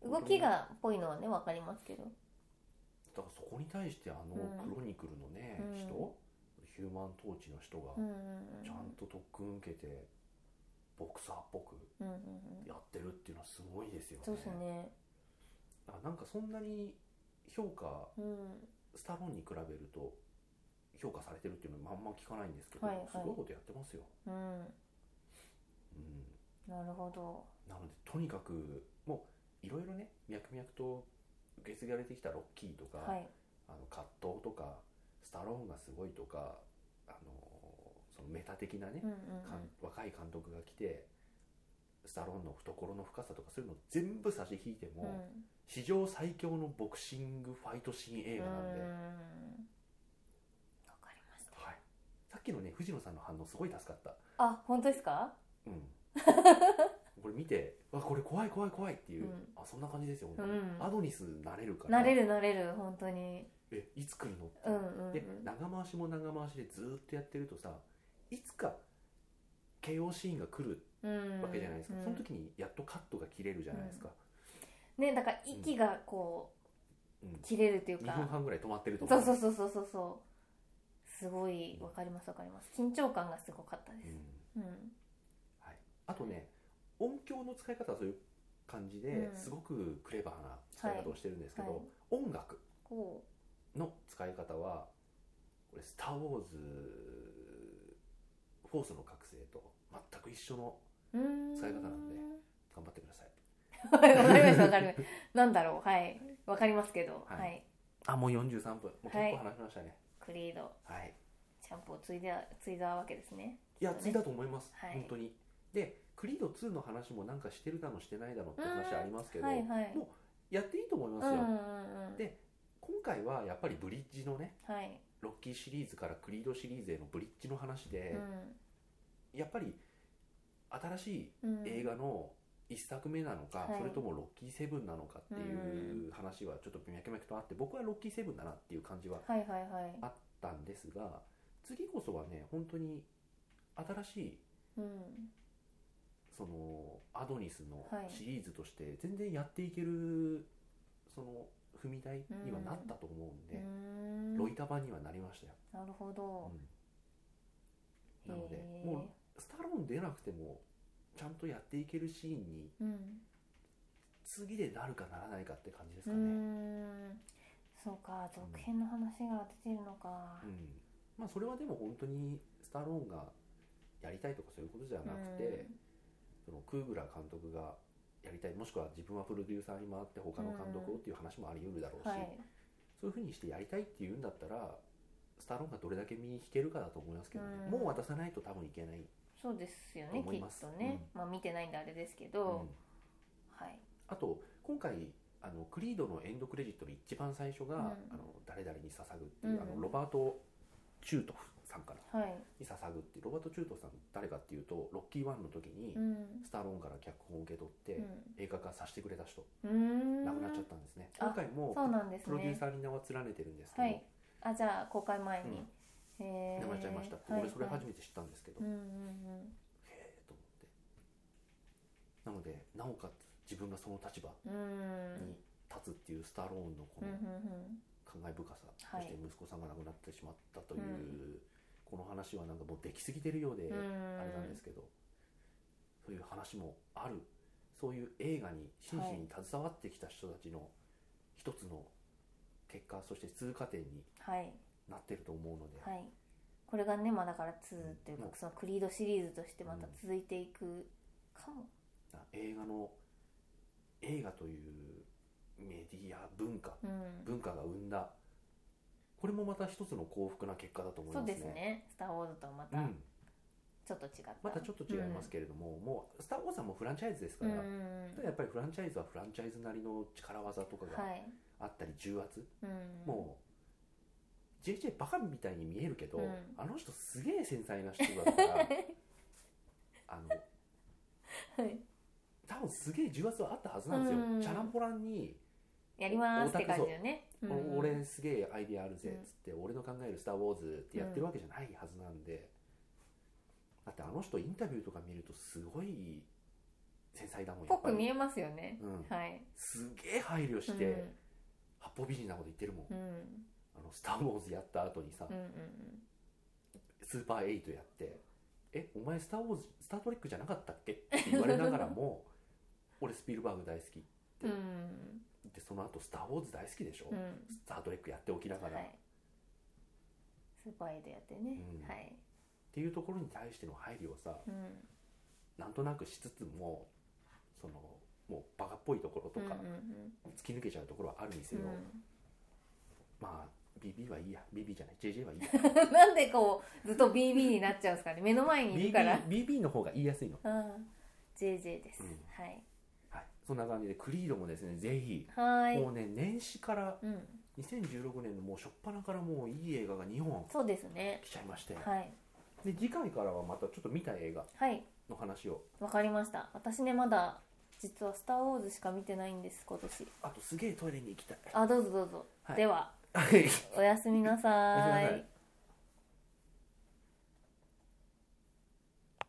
S1: ん
S2: 動きがっぽいのはね分かりますけど
S1: だからそこに対してあの
S2: うん
S1: クロニクルのね、
S2: うん
S1: 人ヒューマン統治の人が
S2: うんうんうん
S1: ちゃんと特訓受けてボクサーっぽく
S2: うんうんうん
S1: やってるっていうのはすごいですよね
S2: そうですね
S1: あなんかそんなに評価
S2: うん
S1: スタローンに比べると評価されてるっていうのはあんま聞かないんですけど、
S2: はいはい
S1: すごいことやってますよ、
S2: うん
S1: うん、
S2: なるほど
S1: なのでとにかくもういろいろね脈々と受け継がれてきたロッキーとか、
S2: はい
S1: あの葛藤とかスタローンがすごいとかあのそのメタ的なね、
S2: うんうん
S1: かん若い監督が来てスタローンの懐の深さとかそういうの全部差し引いても、
S2: うんうん
S1: 史上最強のボクシングファイトシーン映画なんで、
S2: う
S1: は
S2: んわかりました
S1: い、さっきのね藤野さんの反応すごい助かった。
S2: あ本当ですか
S1: うん これ見て「わこれ怖い怖い怖い」っていう、
S2: うん
S1: あそんな感じですよ、本当
S2: う
S1: に
S2: ん
S1: アドニスなれるから
S2: なれるなれる本当に
S1: えいつ来るのって、
S2: うんうんうん
S1: で長回しも長回しでずーっとやってるとさいつか KO シーンが来る
S2: うん
S1: わけじゃないですか、
S2: うん
S1: その時にやっとカットが切れるじゃないですか、
S2: ねだから息がこ
S1: うん
S2: う切れるとい
S1: 2
S2: う
S1: 分
S2: か
S1: 半ぐらい止まってると思
S2: そうそうそうそうそうそうすごいわかりますわかります緊張感がすごかったです
S1: うん
S2: うん
S1: あとね音響の使い方はそういう感じで、
S2: うん
S1: すごくクレバーな使い方をしてるんですけど、
S2: はい
S1: 音楽
S2: こ
S1: の使い方はこれ「スター・ウォーズ」「フォースの覚醒」と全く一緒の
S2: ううーん
S1: 使い方なんで頑張ってください
S2: はいわかりましたわ かりましたなんだろうはいわかりますけど
S1: は
S2: はいい、
S1: あもう43分もう結
S2: は
S1: 構
S2: い
S1: 話しましたね
S2: クリード
S1: はい、い、
S2: ジャンプを継いだ継いだわけですね
S1: や
S2: そうね
S1: 次だと思います、
S2: はい
S1: 本当にでクリード2の話もなんかしてるだのしてないだのって話ありますけど、
S2: はいはい
S1: もやっていいと思いうま
S2: ん
S1: す
S2: う
S1: よ、
S2: んうん
S1: で今回はやっぱりブリッジのね
S2: はい
S1: ロッキーシリーズからクリードシリーズへのブリッジの話
S2: う
S1: で、
S2: ん
S1: やっぱり新しい
S2: うん
S1: 映画の1作目なのか、
S2: はい
S1: それともロッキーセブンなのかっていう話はちょっと脈々とあって僕はロッキーセブンだなっていう感じは
S2: はいはいはい
S1: あったんですが次こそはね本当に新しい
S2: うん
S1: そのアドニスの
S2: はい
S1: シリーズとして全然やっていけるその踏み台にはなったと思うん
S2: うー
S1: で、
S2: ん
S1: ロイタ版にはなりましたよ、
S2: なるほど
S1: うんなので
S2: へー
S1: もうスタローン出なくてもちゃんとやっていけるシーンに
S2: うん
S1: 次でなるかならないかって感じです
S2: う
S1: か
S2: ー
S1: ね。
S2: んそうか続編の話が出てるのか
S1: うんまあそれはでも本当にスタローンがやりたいとかそういうことじゃなくて、そのクーグラー監督がやりたいもしくは自分はプロデューサーに回って他の監督をっていう話もあり得るだろうし、
S2: うんはい
S1: そういうふうにしてやりたいっていうんだったらスタローンがどれだけ身に引けるかだと思いますけどね、
S2: うん
S1: もう渡さないと多分いけない、
S2: そうですよねき
S1: 思い
S2: っ
S1: ます
S2: とねまあ見てないんであれですけど
S1: うん
S2: はい
S1: あと今回あのクリードのエンドクレジットの一番最初が、
S2: うん
S1: あの誰々に捧ぐっていう、
S2: うん
S1: あのロバート・チュートフさんから
S2: はい
S1: に捧ぐっていうロバート・チュートフさん誰かっていうとロッキーワンの時に
S2: うん
S1: スタローンから脚本を受け取って、映画化させてくれた人
S2: うんうーん
S1: 亡くなっちゃったんですね、
S2: あ
S1: 今回も
S2: そうなんです
S1: プ
S2: ね
S1: ロデューサーに名は連ねてるんですけど、
S2: はいあじゃあ公開前に、へえ
S1: 名前ちゃいましたって、俺それ初めて知ったんですけど、
S2: うんう
S1: へ
S2: ん
S1: えと思ってなのでなおかつ自分がその立場
S2: うんうん
S1: に立つっていうスタローンのこ
S2: うんう
S1: の
S2: んうん
S1: 感慨深さ、
S2: はい
S1: そして息子さんが亡くなってしまったという、
S2: う
S1: この話はなんかもうできすぎてるようで、
S2: うん
S1: あれなんですけどそういう話もあるそういう映画に真摯に携わってきた人たちの一つの結果、そして通過点に
S2: はい
S1: なってると思うので、
S2: はいこれがねまあだから2っていうか、
S1: うん
S2: そのクリードシリーズとしてまた続いていくかも、
S1: あ映画の映画というメディア文化
S2: うん
S1: 文化が生んだこれもまた一つの幸福な結果だと思い
S2: そ
S1: ま
S2: う
S1: すね。
S2: ですね「スター・ウォーズ」とはま
S1: う
S2: た
S1: ん、
S2: ちょっと違った、
S1: またちょっと違いますけれども、もう「スター・ウォーズ」はもうフランチャイズです
S2: う
S1: か
S2: ん
S1: ら、
S2: うんうん
S1: ただやっぱりフランチャイズはフランチャイズなりの力技とか
S2: うん
S1: が
S2: はい、
S1: あったり重圧、
S2: うん、
S1: もう JJ バカみたいに見えるけど、
S2: うん
S1: あの人すげえ繊細な人だから あの
S2: はい
S1: 多分すげえ重圧はあったはずなんですよ、
S2: うん
S1: チャランポランに
S2: やりますって感じよね
S1: 「
S2: うん
S1: お俺すげえアイディアあるぜ」っつって、俺の考える「スター・ウォーズ」ってやってるわけじゃないはずなんで、だってあの人インタビューとか見るとすごい繊細だもんや
S2: ぽ
S1: っぱ
S2: く見
S1: り、
S2: えますよね、
S1: うん、
S2: はい
S1: すげえ配慮して、八方美人なこと言ってるもん、
S2: うんうん
S1: あの「スター・ウォーズ」やった後にさ、
S2: うんうん
S1: スーパーエイトやって「えお前スター・ウォーズスター・トレックじゃなかったっけ?」って言われながらも 「俺スピルバーグ大好き」
S2: うんうん
S1: でその後スター・ウォーズ大好きでしょ、
S2: うん
S1: スター・トレックやっておきながら、
S2: は
S1: っ
S2: い、スーパーエイドやってね、
S1: うん
S2: はい、
S1: ていうところに対しての配慮をさ
S2: うん、
S1: なんとなくしつつもそのもうバカっぽいところとか
S2: うん、うん
S1: 突き抜けちゃうところはあるにせ
S2: う
S1: よ、
S2: ん
S1: まあ BB はいいや BB じゃない JJ はいいや
S2: うん、 なんでこうずっと BB になっちゃうんですかね目の前 にいるから、
S1: BB, BB の方が言いやすいの、
S2: うん JJ です、
S1: うん
S2: はい
S1: はい、そんな感じでクリードもですねぜひ、
S2: はーい
S1: もうね年始から
S2: うん、
S1: 2016年のもう初っ端からもういい映画が2本
S2: そうですね
S1: 来ちゃいまして、
S2: はい
S1: で次回からはまたちょっと見た映画
S2: はい
S1: の話を
S2: わかりました私ねまだ実は「スター・ウォーズ」しか見てないんです今年
S1: あとすげえトイレに行きたい
S2: あどうぞどうぞ、
S1: はい
S2: では
S1: はい
S2: おやすみなさ
S1: おやすみなさ
S2: ーい
S1: い